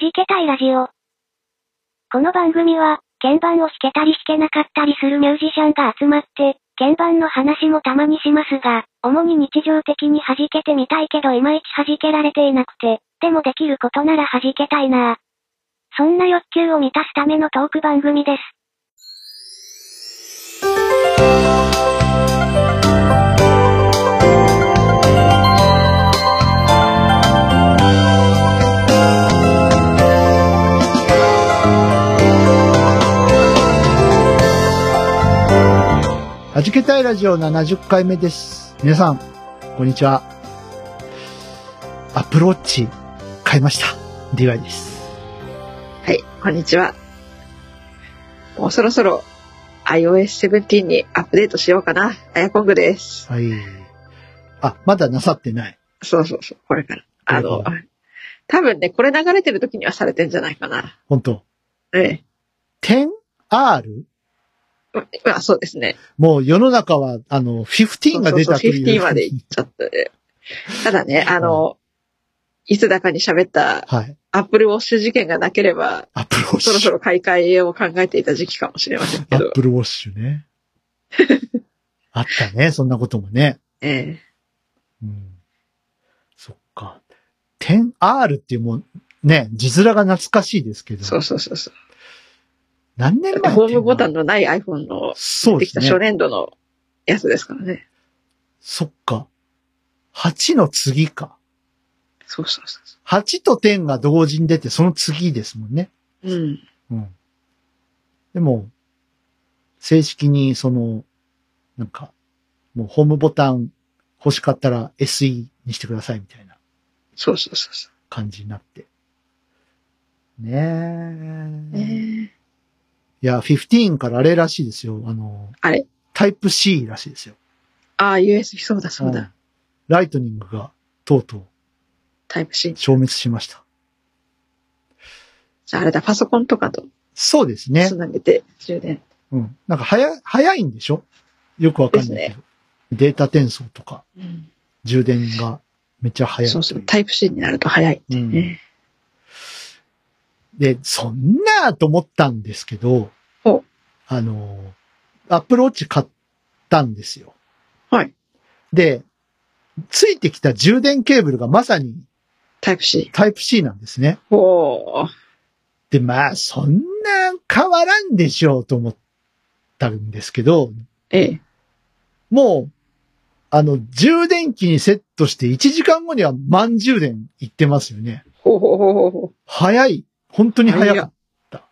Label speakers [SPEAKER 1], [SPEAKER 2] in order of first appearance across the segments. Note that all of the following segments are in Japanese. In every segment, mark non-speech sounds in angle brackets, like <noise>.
[SPEAKER 1] じけたいラジオ。この番組は、鍵盤を弾けたり弾けなかったりするミュージシャンが集まって、鍵盤の話もたまにしますが、主に日常的に弾けてみたいけどいまいち弾けられていなくて、でもできることなら弾けたいなぁ。そんな欲求を満たすためのトーク番組です。
[SPEAKER 2] はじけたいラジオ70回目です。皆さん、こんにちは。アップローチ買いました。DY です。
[SPEAKER 3] はい、こんにちは。もうそろそろ iOS 17にアップデートしようかな。あやこんぐです。
[SPEAKER 2] はい。あ、まだなさってない。
[SPEAKER 3] そうそうそう、これから。あの
[SPEAKER 2] こ、
[SPEAKER 3] 多分ね、これ流れてる時にはされてんじゃないかな。
[SPEAKER 2] 本当
[SPEAKER 3] え
[SPEAKER 2] 10R?
[SPEAKER 3] え。まあそうですね。
[SPEAKER 2] もう世の中は、あの、15が出たと
[SPEAKER 3] そうそう
[SPEAKER 2] い
[SPEAKER 3] 15
[SPEAKER 2] う。
[SPEAKER 3] まで行っちゃって。ただね、あの、いつだかに喋った
[SPEAKER 2] はい。
[SPEAKER 3] アップルウォッシュ事件がなければ、
[SPEAKER 2] アップローチ。
[SPEAKER 3] そろそろ買い替えを考えていた時期かもしれません
[SPEAKER 2] ア
[SPEAKER 3] け
[SPEAKER 2] ッ
[SPEAKER 3] ど。
[SPEAKER 2] プルウォッシュね。あったね、そんなこともね。
[SPEAKER 3] え
[SPEAKER 2] うん。そっか。10R っていうもう、ね、字面が懐かしいですけ
[SPEAKER 3] え
[SPEAKER 2] ど。
[SPEAKER 3] そうそうそうそう。
[SPEAKER 2] 何年前
[SPEAKER 3] ホームボタン
[SPEAKER 2] の。
[SPEAKER 3] のない iPhone の
[SPEAKER 2] そうで
[SPEAKER 3] でき
[SPEAKER 2] す
[SPEAKER 3] た初
[SPEAKER 2] ね。
[SPEAKER 3] 年度のやつですからね。
[SPEAKER 2] そっか。8の次か。
[SPEAKER 3] そうそうそうそ
[SPEAKER 2] 8と10が同時に出て、その次ですもんね。
[SPEAKER 3] う。うん。
[SPEAKER 2] うん。でも、正式にその、なんか、もうホームボタン欲しかったら SE にしてくださいみたいな
[SPEAKER 3] そうそうそうそ
[SPEAKER 2] 感じになって。ね
[SPEAKER 3] う。
[SPEAKER 2] え。
[SPEAKER 3] ね
[SPEAKER 2] いや、15からあれらしいですよ。あの、
[SPEAKER 3] あれ
[SPEAKER 2] タイプ C らしいですよ。
[SPEAKER 3] ああ、USB そうだそうだ。
[SPEAKER 2] んライトニングがとうとう
[SPEAKER 3] タイプ C。
[SPEAKER 2] 消滅しました。
[SPEAKER 3] じゃああれだ、パソコンとかと
[SPEAKER 2] そうですね
[SPEAKER 3] つ。なげて充電。
[SPEAKER 2] うん。なんか早、早いんでしょよくわかんないけ
[SPEAKER 3] で
[SPEAKER 2] ど。データ転送とか、
[SPEAKER 3] うん、
[SPEAKER 2] 充電がめっちゃ早いと
[SPEAKER 3] そ
[SPEAKER 2] いうう。
[SPEAKER 3] そう、タイプ C になると早い。
[SPEAKER 2] うん。
[SPEAKER 3] ね、
[SPEAKER 2] で、そんなと思ったんですけど
[SPEAKER 3] ほう、
[SPEAKER 2] あの、アップローチ買ったんですよ。
[SPEAKER 3] はい。
[SPEAKER 2] で、ついてきた充電ケーブルがまさに
[SPEAKER 3] タイプ C。
[SPEAKER 2] タイプ C なんですね。
[SPEAKER 3] おー。
[SPEAKER 2] で、まあ、そんな変わらんでしょうと思ったんですけど、
[SPEAKER 3] ええ。
[SPEAKER 2] もう、あの、充電器にセットして1時間後には満充電いってますよね。
[SPEAKER 3] ほうほうほうほうほ
[SPEAKER 2] 早い。本当に早か
[SPEAKER 3] 早
[SPEAKER 2] った。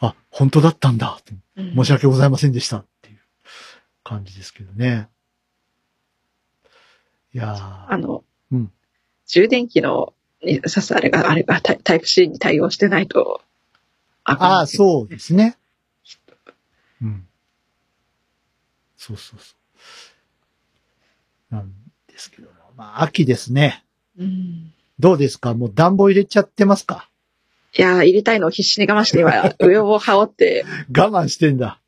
[SPEAKER 2] あ、本当だったんだ。
[SPEAKER 3] う。うん
[SPEAKER 2] 申し訳ございませんでした。っていう感じですけどね。いや
[SPEAKER 3] あ
[SPEAKER 2] ー、
[SPEAKER 3] の、
[SPEAKER 2] うん
[SPEAKER 3] 充電器の、に刺すあれが、あれがタイタイプ C に対応してないと。
[SPEAKER 2] ああ、
[SPEAKER 3] う。
[SPEAKER 2] そうですね。うん。そうそうそう。なんですけども。まあ、秋ですね。
[SPEAKER 3] うん、
[SPEAKER 2] どうですかもう暖房入れちゃってますか
[SPEAKER 3] いやー、入れたいのを必死に我慢して今、上を羽織って、
[SPEAKER 2] 我慢してんだ。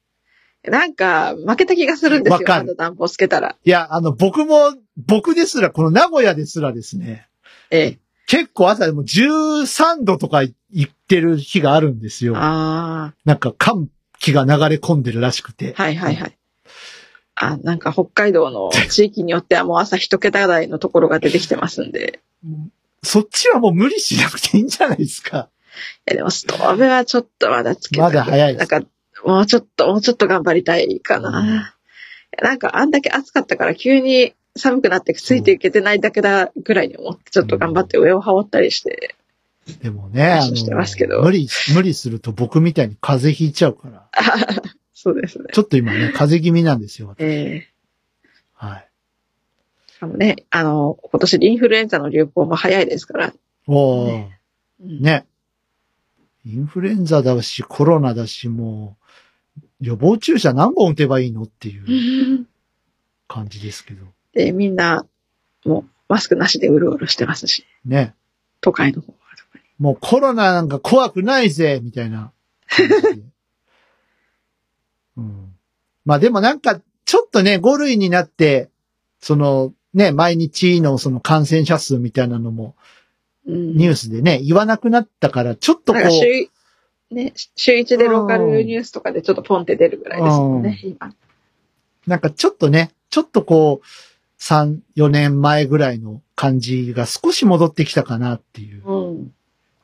[SPEAKER 3] なんか、負けた気がするんですよ。
[SPEAKER 2] わかる
[SPEAKER 3] まだ暖房つけたら。
[SPEAKER 2] いや、あの、僕も、僕ですら、この名古屋ですらですね、
[SPEAKER 3] ええ。
[SPEAKER 2] 結構朝でも13度とか行ってる日があるんですよ。
[SPEAKER 3] あ
[SPEAKER 2] なんか寒気が流れ込んでるらしくて。
[SPEAKER 3] あ、はいはいはい。あなんか北海
[SPEAKER 2] <laughs>
[SPEAKER 3] 道の地域によってはもう朝一桁台のところが出てきてますんで。
[SPEAKER 2] そっちはもう無理しなくていいんじゃないですか。
[SPEAKER 3] いやでもストーブはちょっとまだつけたい
[SPEAKER 2] まだ早いで
[SPEAKER 3] なん
[SPEAKER 2] す
[SPEAKER 3] か、もうちょっと、もうちょっと頑張りたいか
[SPEAKER 2] うん
[SPEAKER 3] な。いやなんかあんだけ暑かったから急に寒くなってついていけてないだけだぐらいに思って、ちょっと頑張って上を羽織ったりして。
[SPEAKER 2] でもね、あ
[SPEAKER 3] そうしてますけ
[SPEAKER 2] の、
[SPEAKER 3] ど
[SPEAKER 2] 無理、無理すると僕みたいに風邪ひいちゃうから。
[SPEAKER 3] そうですね。
[SPEAKER 2] ちょっと今ね、風邪気味なんですよ。
[SPEAKER 3] ええ
[SPEAKER 2] はい。
[SPEAKER 3] しかもね、あの、今年インフルエンザの流行も早いですから。
[SPEAKER 2] おー。
[SPEAKER 3] うん
[SPEAKER 2] ね。インフルエンザだし、コロナだし、もう、予防注射何本打てばいいのっていう感じですけど。
[SPEAKER 3] で、みんな、もう、マスクなしでうるうるしてますし、
[SPEAKER 2] ね。
[SPEAKER 3] 都会の方は特に。
[SPEAKER 2] もうコロナなんか怖くないぜみたいな感じで。 <laughs> うん。まあでもなんか、ちょっとね、5類になって、その、ね、毎日のその感染者数みたいなのも、
[SPEAKER 3] うん
[SPEAKER 2] ニュースでね、言わなくなったから、ちょっとこ
[SPEAKER 3] なんか週
[SPEAKER 2] う、
[SPEAKER 3] い、ね、週一でローカルニュースとかでちょっとポンって出るぐらいですもんね、今。
[SPEAKER 2] なんかちょっとね、ちょっとこう、3、4年前ぐらいの感じが少し戻ってきたかなっていう
[SPEAKER 3] うん。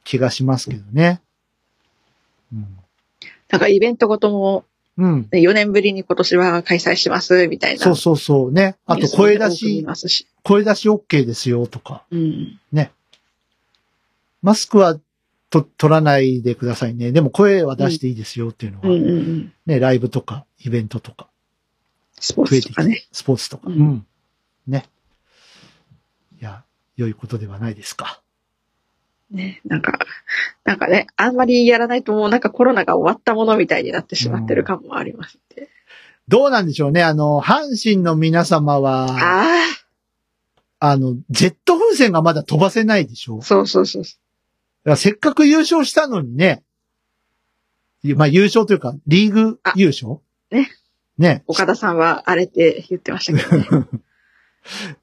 [SPEAKER 2] 気がしますけどね。うん。
[SPEAKER 3] なんかイベントごとも、
[SPEAKER 2] うん。
[SPEAKER 3] ね、4年ぶりに今年は開催します、みたいな。
[SPEAKER 2] そうそうそうね。あ
[SPEAKER 3] ニュ
[SPEAKER 2] と
[SPEAKER 3] ースも
[SPEAKER 2] 声
[SPEAKER 3] ね
[SPEAKER 2] 出
[SPEAKER 3] 多く見
[SPEAKER 2] し、
[SPEAKER 3] ますし。
[SPEAKER 2] 声出し OK ですよとか。
[SPEAKER 3] うん。
[SPEAKER 2] マスクはと取らないでくださいね。でも声は出していいですよっていうの
[SPEAKER 3] うん
[SPEAKER 2] は、
[SPEAKER 3] うんうん。
[SPEAKER 2] ね、ライブとかイベントとか
[SPEAKER 3] スポー
[SPEAKER 2] 増え
[SPEAKER 3] ツ
[SPEAKER 2] て
[SPEAKER 3] と
[SPEAKER 2] き
[SPEAKER 3] か
[SPEAKER 2] て、
[SPEAKER 3] ね。
[SPEAKER 2] スポーツとか。
[SPEAKER 3] う
[SPEAKER 2] うんん。ね。いや、良いことではないですか。
[SPEAKER 3] ね、なんか、なんかね、あんまりやらないともうなんかコロナが終わったものみたいになってしまってる感もありますんで。
[SPEAKER 2] どうなんでしょうね。あの、阪神の皆様は、あ
[SPEAKER 3] あ
[SPEAKER 2] の、ジェット風船がまだ飛ばせないでしょ
[SPEAKER 3] あ、。そうそうそう。
[SPEAKER 2] だからせっかく優勝したのにね、いまあ優勝というか、リーグ優勝
[SPEAKER 3] あね。
[SPEAKER 2] ね。
[SPEAKER 3] 岡田さんはあれって言ってましたけどね。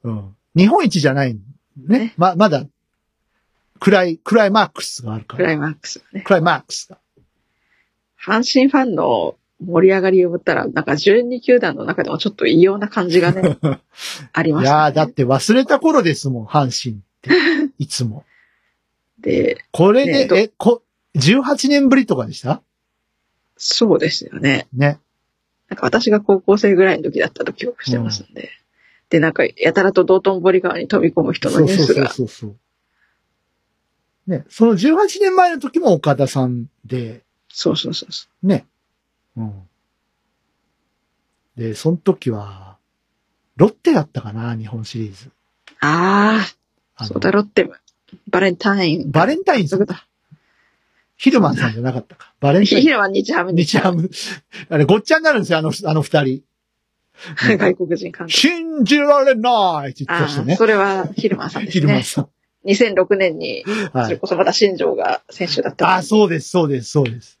[SPEAKER 2] <laughs> うん。日本一じゃないのね。
[SPEAKER 3] ね
[SPEAKER 2] ま、まだ、クライ、クライマックスがあるか
[SPEAKER 3] ク
[SPEAKER 2] ら。
[SPEAKER 3] ライマックスはね。
[SPEAKER 2] クライマックスが。
[SPEAKER 3] 阪神ファンの盛り上がりを思ったら、なんか12球団の中でもちょっと異様な感じが
[SPEAKER 2] <laughs>
[SPEAKER 3] ね、ありま
[SPEAKER 2] い
[SPEAKER 3] した、ね。
[SPEAKER 2] やー、だって忘れた頃ですもん、阪神って。
[SPEAKER 3] <laughs>
[SPEAKER 2] いつも。
[SPEAKER 3] で、
[SPEAKER 2] これ
[SPEAKER 3] ねえ
[SPEAKER 2] で、
[SPEAKER 3] ど
[SPEAKER 2] え、こ、18年ぶりとかでした
[SPEAKER 3] そうですよね。
[SPEAKER 2] ね。
[SPEAKER 3] なんか私が高校生ぐらいの時だったと記憶してますんで。で、なんか、やたらと道頓堀川に飛び込む人の
[SPEAKER 2] そう
[SPEAKER 3] ニュー
[SPEAKER 2] そう
[SPEAKER 3] ス
[SPEAKER 2] そう
[SPEAKER 3] が、
[SPEAKER 2] そうそう。ね、その18年前の時も岡田さんで、
[SPEAKER 3] そうそうそうそ
[SPEAKER 2] ね。うん。で、その時は、ロッテだったかな、日本シリーズ。
[SPEAKER 3] う。あ
[SPEAKER 2] あ
[SPEAKER 3] あ、
[SPEAKER 2] の
[SPEAKER 3] そうだろって、バレンタイン。
[SPEAKER 2] バレンタイン
[SPEAKER 3] そ
[SPEAKER 2] さ、
[SPEAKER 3] うんだ。
[SPEAKER 2] ヒルマンさんじゃなかったか。バレンタイン。
[SPEAKER 3] 平和日ハムに
[SPEAKER 2] 日ハム。あれ、ごっちゃになるんですよ、あの、あの二人。
[SPEAKER 3] 外国人監督。
[SPEAKER 2] 信じられないって言って
[SPEAKER 3] あ
[SPEAKER 2] ました
[SPEAKER 3] あ、
[SPEAKER 2] ね。
[SPEAKER 3] それは昼間さんで
[SPEAKER 2] ヒ
[SPEAKER 3] す
[SPEAKER 2] ルマン
[SPEAKER 3] ね。
[SPEAKER 2] さん。
[SPEAKER 3] 2006年に、そ
[SPEAKER 2] は
[SPEAKER 3] れ
[SPEAKER 2] い。
[SPEAKER 3] こそまた新庄が選手だった
[SPEAKER 2] あ、そうです、そうです、そうです。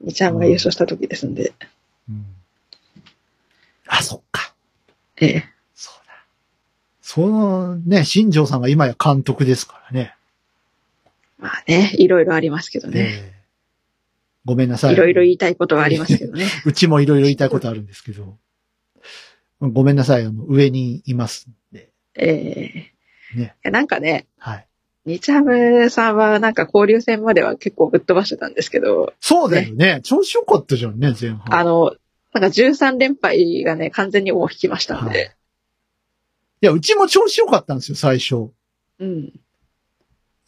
[SPEAKER 3] 日ハムが優勝した時ですんで、
[SPEAKER 2] うん、あ、そっか。
[SPEAKER 3] ええ、
[SPEAKER 2] そうだ。そのね、新庄さんが今や監督ですからね。
[SPEAKER 3] まあね、いろいろありますけどね。
[SPEAKER 2] ええごめんなさい。
[SPEAKER 3] いろいろ言いたいことはありますけど
[SPEAKER 2] <laughs>
[SPEAKER 3] ね。
[SPEAKER 2] うちもいろいろ言いたいことあるんですけど。ごめんなさい、あの、上にいますんで。
[SPEAKER 3] ええ
[SPEAKER 2] ね
[SPEAKER 3] いやなんかね、
[SPEAKER 2] はい。
[SPEAKER 3] 日ハムさんはなんか交流戦までは結構ぶっ飛ばしてたんですけど、
[SPEAKER 2] そうだよね。調子良かったじゃんね、前
[SPEAKER 3] あ
[SPEAKER 2] 半。
[SPEAKER 3] の、なんか13連敗がね、完全に尾を引きました
[SPEAKER 2] は
[SPEAKER 3] ん
[SPEAKER 2] い。い
[SPEAKER 3] で、
[SPEAKER 2] や、うちも調子良かったんですよ、最初。
[SPEAKER 3] うん。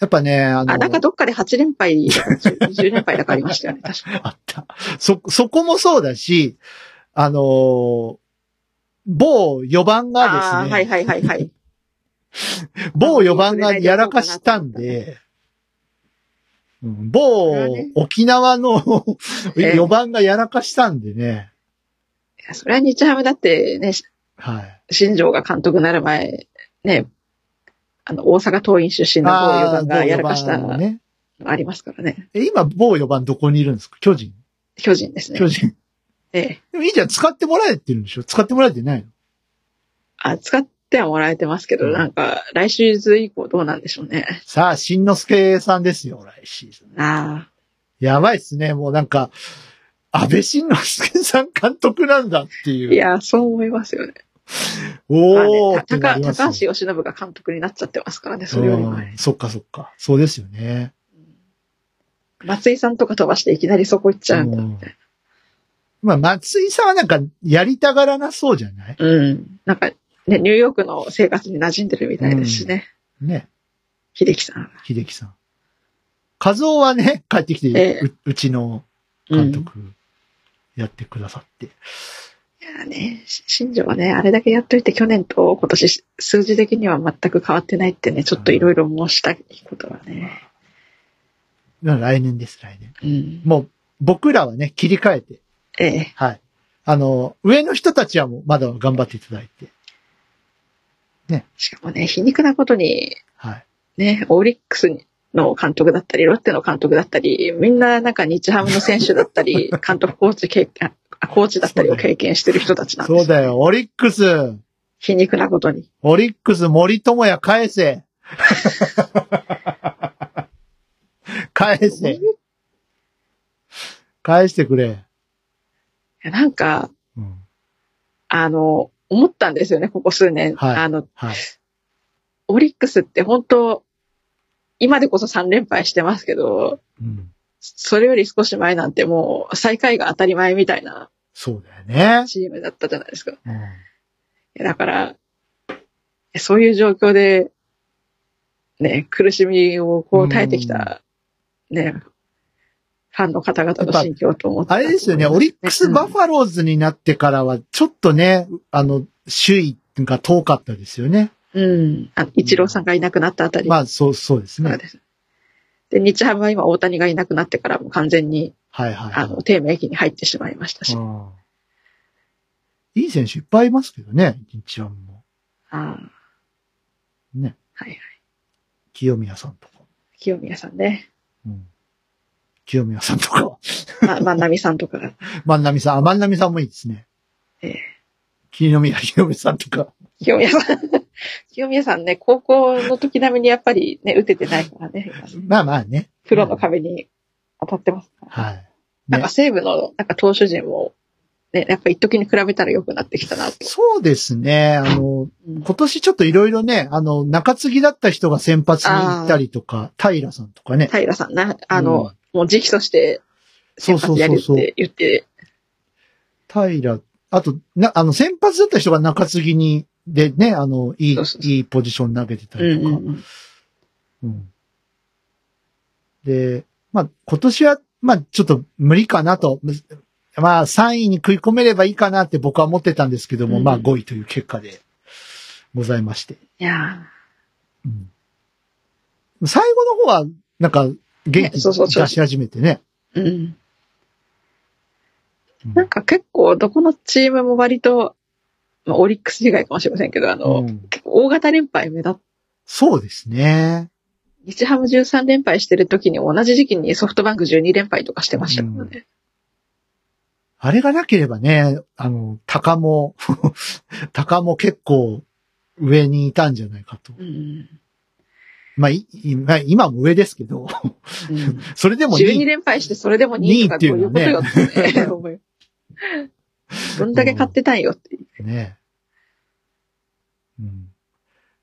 [SPEAKER 2] やっぱね、あの、
[SPEAKER 3] あ、なんかどっかで8連敗、10連敗だかありましたよね、確か。
[SPEAKER 2] あった。そ、そこもそうだし、あのー某4番
[SPEAKER 3] あ
[SPEAKER 2] が
[SPEAKER 3] あー、
[SPEAKER 2] ですね、
[SPEAKER 3] はいはいはいはい。
[SPEAKER 2] <laughs> 某4番がやらかしたんで、うん某沖縄の <laughs>
[SPEAKER 3] ええ
[SPEAKER 2] 4番がやらかしたんでね、
[SPEAKER 3] いやそれは日ハムだってね、
[SPEAKER 2] はい。
[SPEAKER 3] 新庄が監督になる前、ね、あの、大阪桐蔭出身の某4番がやらかし
[SPEAKER 2] あー
[SPEAKER 3] た
[SPEAKER 2] 某四番ね。
[SPEAKER 3] ありますからね。
[SPEAKER 2] え、今、某4番どこにいるんですか巨人。
[SPEAKER 3] 巨人ですね
[SPEAKER 2] 巨。人。
[SPEAKER 3] ええ。
[SPEAKER 2] でもいいじゃん、使ってもらえてるんでしょ使ってもらえてないの
[SPEAKER 3] あ、使ってはもらえてますけど、
[SPEAKER 2] うん
[SPEAKER 3] なんか、来シーズン以降どうなんでしょうね。
[SPEAKER 2] さあ、しんのすけさんですよ、来シーズン。
[SPEAKER 3] あ
[SPEAKER 2] やばいっすね、もうなんか、安倍晋之助さん監督なんだって
[SPEAKER 3] あ。
[SPEAKER 2] いう。
[SPEAKER 3] い、や、そう思いますよね。まあね
[SPEAKER 2] おーって
[SPEAKER 3] た
[SPEAKER 2] な
[SPEAKER 3] 高
[SPEAKER 2] りますよ
[SPEAKER 3] 高橋由伸が監督になっちゃってますからね、それより前
[SPEAKER 2] うん。そっかそっか。そうですよね。
[SPEAKER 3] 松井さんとか飛ばしていきなりそこ行っちゃうんだ、
[SPEAKER 2] うん
[SPEAKER 3] みたい
[SPEAKER 2] まあ、松井さんはなんか、やりたがらなそうじゃない
[SPEAKER 3] な。うん。なんか、ね、ニューヨークの生活に馴染んでるみたいですしね。
[SPEAKER 2] ね、
[SPEAKER 3] 秀樹さんは。
[SPEAKER 2] 秀樹さん。和夫はね、帰ってきて、
[SPEAKER 3] ええ
[SPEAKER 2] ううちの
[SPEAKER 3] うん
[SPEAKER 2] 監督、やってくださって。
[SPEAKER 3] いやーね、し新庄はね、あれだけやっといて去年と今年し数字的には全く変わってないってね、ちょっといろいろ申したいことはね。
[SPEAKER 2] まあ来年です、来年。
[SPEAKER 3] うん。
[SPEAKER 2] もう、僕らはね、切り替えて、
[SPEAKER 3] ええ。
[SPEAKER 2] はい。あの、上の人たちはもう、まだ頑張っていただいて、
[SPEAKER 3] しかもね、皮肉なことに、
[SPEAKER 2] はい。
[SPEAKER 3] ね、オリックスの監督だったり、ロッテの監督だったり、みんななんか日ハムの選手だっ
[SPEAKER 2] <laughs>
[SPEAKER 3] たり、監督コーチ経験、あコーチだったりを経験してる人たちなんで
[SPEAKER 2] そ
[SPEAKER 3] す
[SPEAKER 2] うだ。よ、オリックス、
[SPEAKER 3] 皮肉なことに。
[SPEAKER 2] <laughs> オリックス森友哉返せ。返して、返してくれ。
[SPEAKER 3] なんか、
[SPEAKER 2] うん。
[SPEAKER 3] あの、思ったんですよね、ここ数年。
[SPEAKER 2] はい
[SPEAKER 3] あの、
[SPEAKER 2] はい。
[SPEAKER 3] オリックスって本当、今でこそ3連敗してますけど、
[SPEAKER 2] うん。
[SPEAKER 3] それより少し前なんてもう最下位が当たり前みたいな
[SPEAKER 2] そうだよね。
[SPEAKER 3] チームだったじゃないですか。い
[SPEAKER 2] うん。
[SPEAKER 3] やだから、そういう状況で、ね、苦しみをこう耐えてきた、ね、ファンの方々の心境と思って。
[SPEAKER 2] あれですよね、オリックス・バファローズになってからは、ちょっとね、あの、周囲が遠かったですよね。
[SPEAKER 3] うん。あ一郎さんがいなくなったあたり
[SPEAKER 2] まあ、そう、そうです
[SPEAKER 3] から
[SPEAKER 2] ね。
[SPEAKER 3] です。で、日ハムは今大谷がいなくなってからも完全に、
[SPEAKER 2] はいはい、
[SPEAKER 3] あの、低迷期に入ってしまいましたし。
[SPEAKER 2] うんいい選手いっぱいいますけどね、日ハムも。
[SPEAKER 3] あー
[SPEAKER 2] ね。
[SPEAKER 3] はいはい。
[SPEAKER 2] 清宮さんとか。
[SPEAKER 3] 清宮さんね。
[SPEAKER 2] うん。清宮さんとか。
[SPEAKER 3] まあ、万波さんとかが。
[SPEAKER 2] <laughs> 万波さん、あ、万波さんもいいですね。
[SPEAKER 3] ええ
[SPEAKER 2] 清宮清宮さんとか。
[SPEAKER 3] 清宮さん。清宮さんね、高校の時並みにやっぱりね、打ててないからね。今
[SPEAKER 2] まあまあね。
[SPEAKER 3] プロの壁に当たってますから。
[SPEAKER 2] はい。
[SPEAKER 3] なんか西武の、なんか投手陣も、ね、やっぱ一時に比べたら良くなってきたなと。
[SPEAKER 2] そうですね。あの、
[SPEAKER 3] うん
[SPEAKER 2] 今年ちょっといろいろね、あの、中継ぎだった人が先発に行ったりとか、平さんとかね。
[SPEAKER 3] 平さんな、あの、
[SPEAKER 2] うん
[SPEAKER 3] もう時期として、
[SPEAKER 2] そうそう
[SPEAKER 3] や
[SPEAKER 2] そ
[SPEAKER 3] る
[SPEAKER 2] う
[SPEAKER 3] っ
[SPEAKER 2] そう。
[SPEAKER 3] て言って、
[SPEAKER 2] 平、あと、な、あの、先発だった人が中継ぎに、でね、あの、いい
[SPEAKER 3] そうそう、そう
[SPEAKER 2] いいポジション投げてたりとか。
[SPEAKER 3] うんうんうん
[SPEAKER 2] うんで、まあ、今年は、まあ、ちょっと無理かなと、むまあ、3位に食い込めればいいかなって僕は思ってたんですけども、
[SPEAKER 3] うん
[SPEAKER 2] まあ、5位という結果でございまして。
[SPEAKER 3] いや
[SPEAKER 2] うん最後の方は、なんか、元気
[SPEAKER 3] ねそうそうそう
[SPEAKER 2] 出し始めてね。
[SPEAKER 3] ーうん。
[SPEAKER 2] うん
[SPEAKER 3] なんか結構、どこのチームも割と、まあ、オリックス以外かもしれませんけど、あの、
[SPEAKER 2] うん
[SPEAKER 3] 結構大型連敗目立っ
[SPEAKER 2] そうですね。
[SPEAKER 3] 日ハム13連敗してる時に同じ時期にソフトバンク12連敗とかしてましたからね。
[SPEAKER 2] あれがなければね、あの、鷹も、 <laughs> 鷹も結構上にいたんじゃないかと。
[SPEAKER 3] うん。
[SPEAKER 2] まあ、いいまあ今も上ですけど、 <laughs>
[SPEAKER 3] うん、
[SPEAKER 2] それでも
[SPEAKER 3] 12
[SPEAKER 2] いい。
[SPEAKER 3] 連敗してそれでも2位と
[SPEAKER 2] 2位
[SPEAKER 3] か
[SPEAKER 2] って
[SPEAKER 3] ど
[SPEAKER 2] いううの
[SPEAKER 3] いう
[SPEAKER 2] は
[SPEAKER 3] こと
[SPEAKER 2] ね
[SPEAKER 3] よってね <laughs> 思うどんだけ勝ってたんよって。
[SPEAKER 2] ね。うん。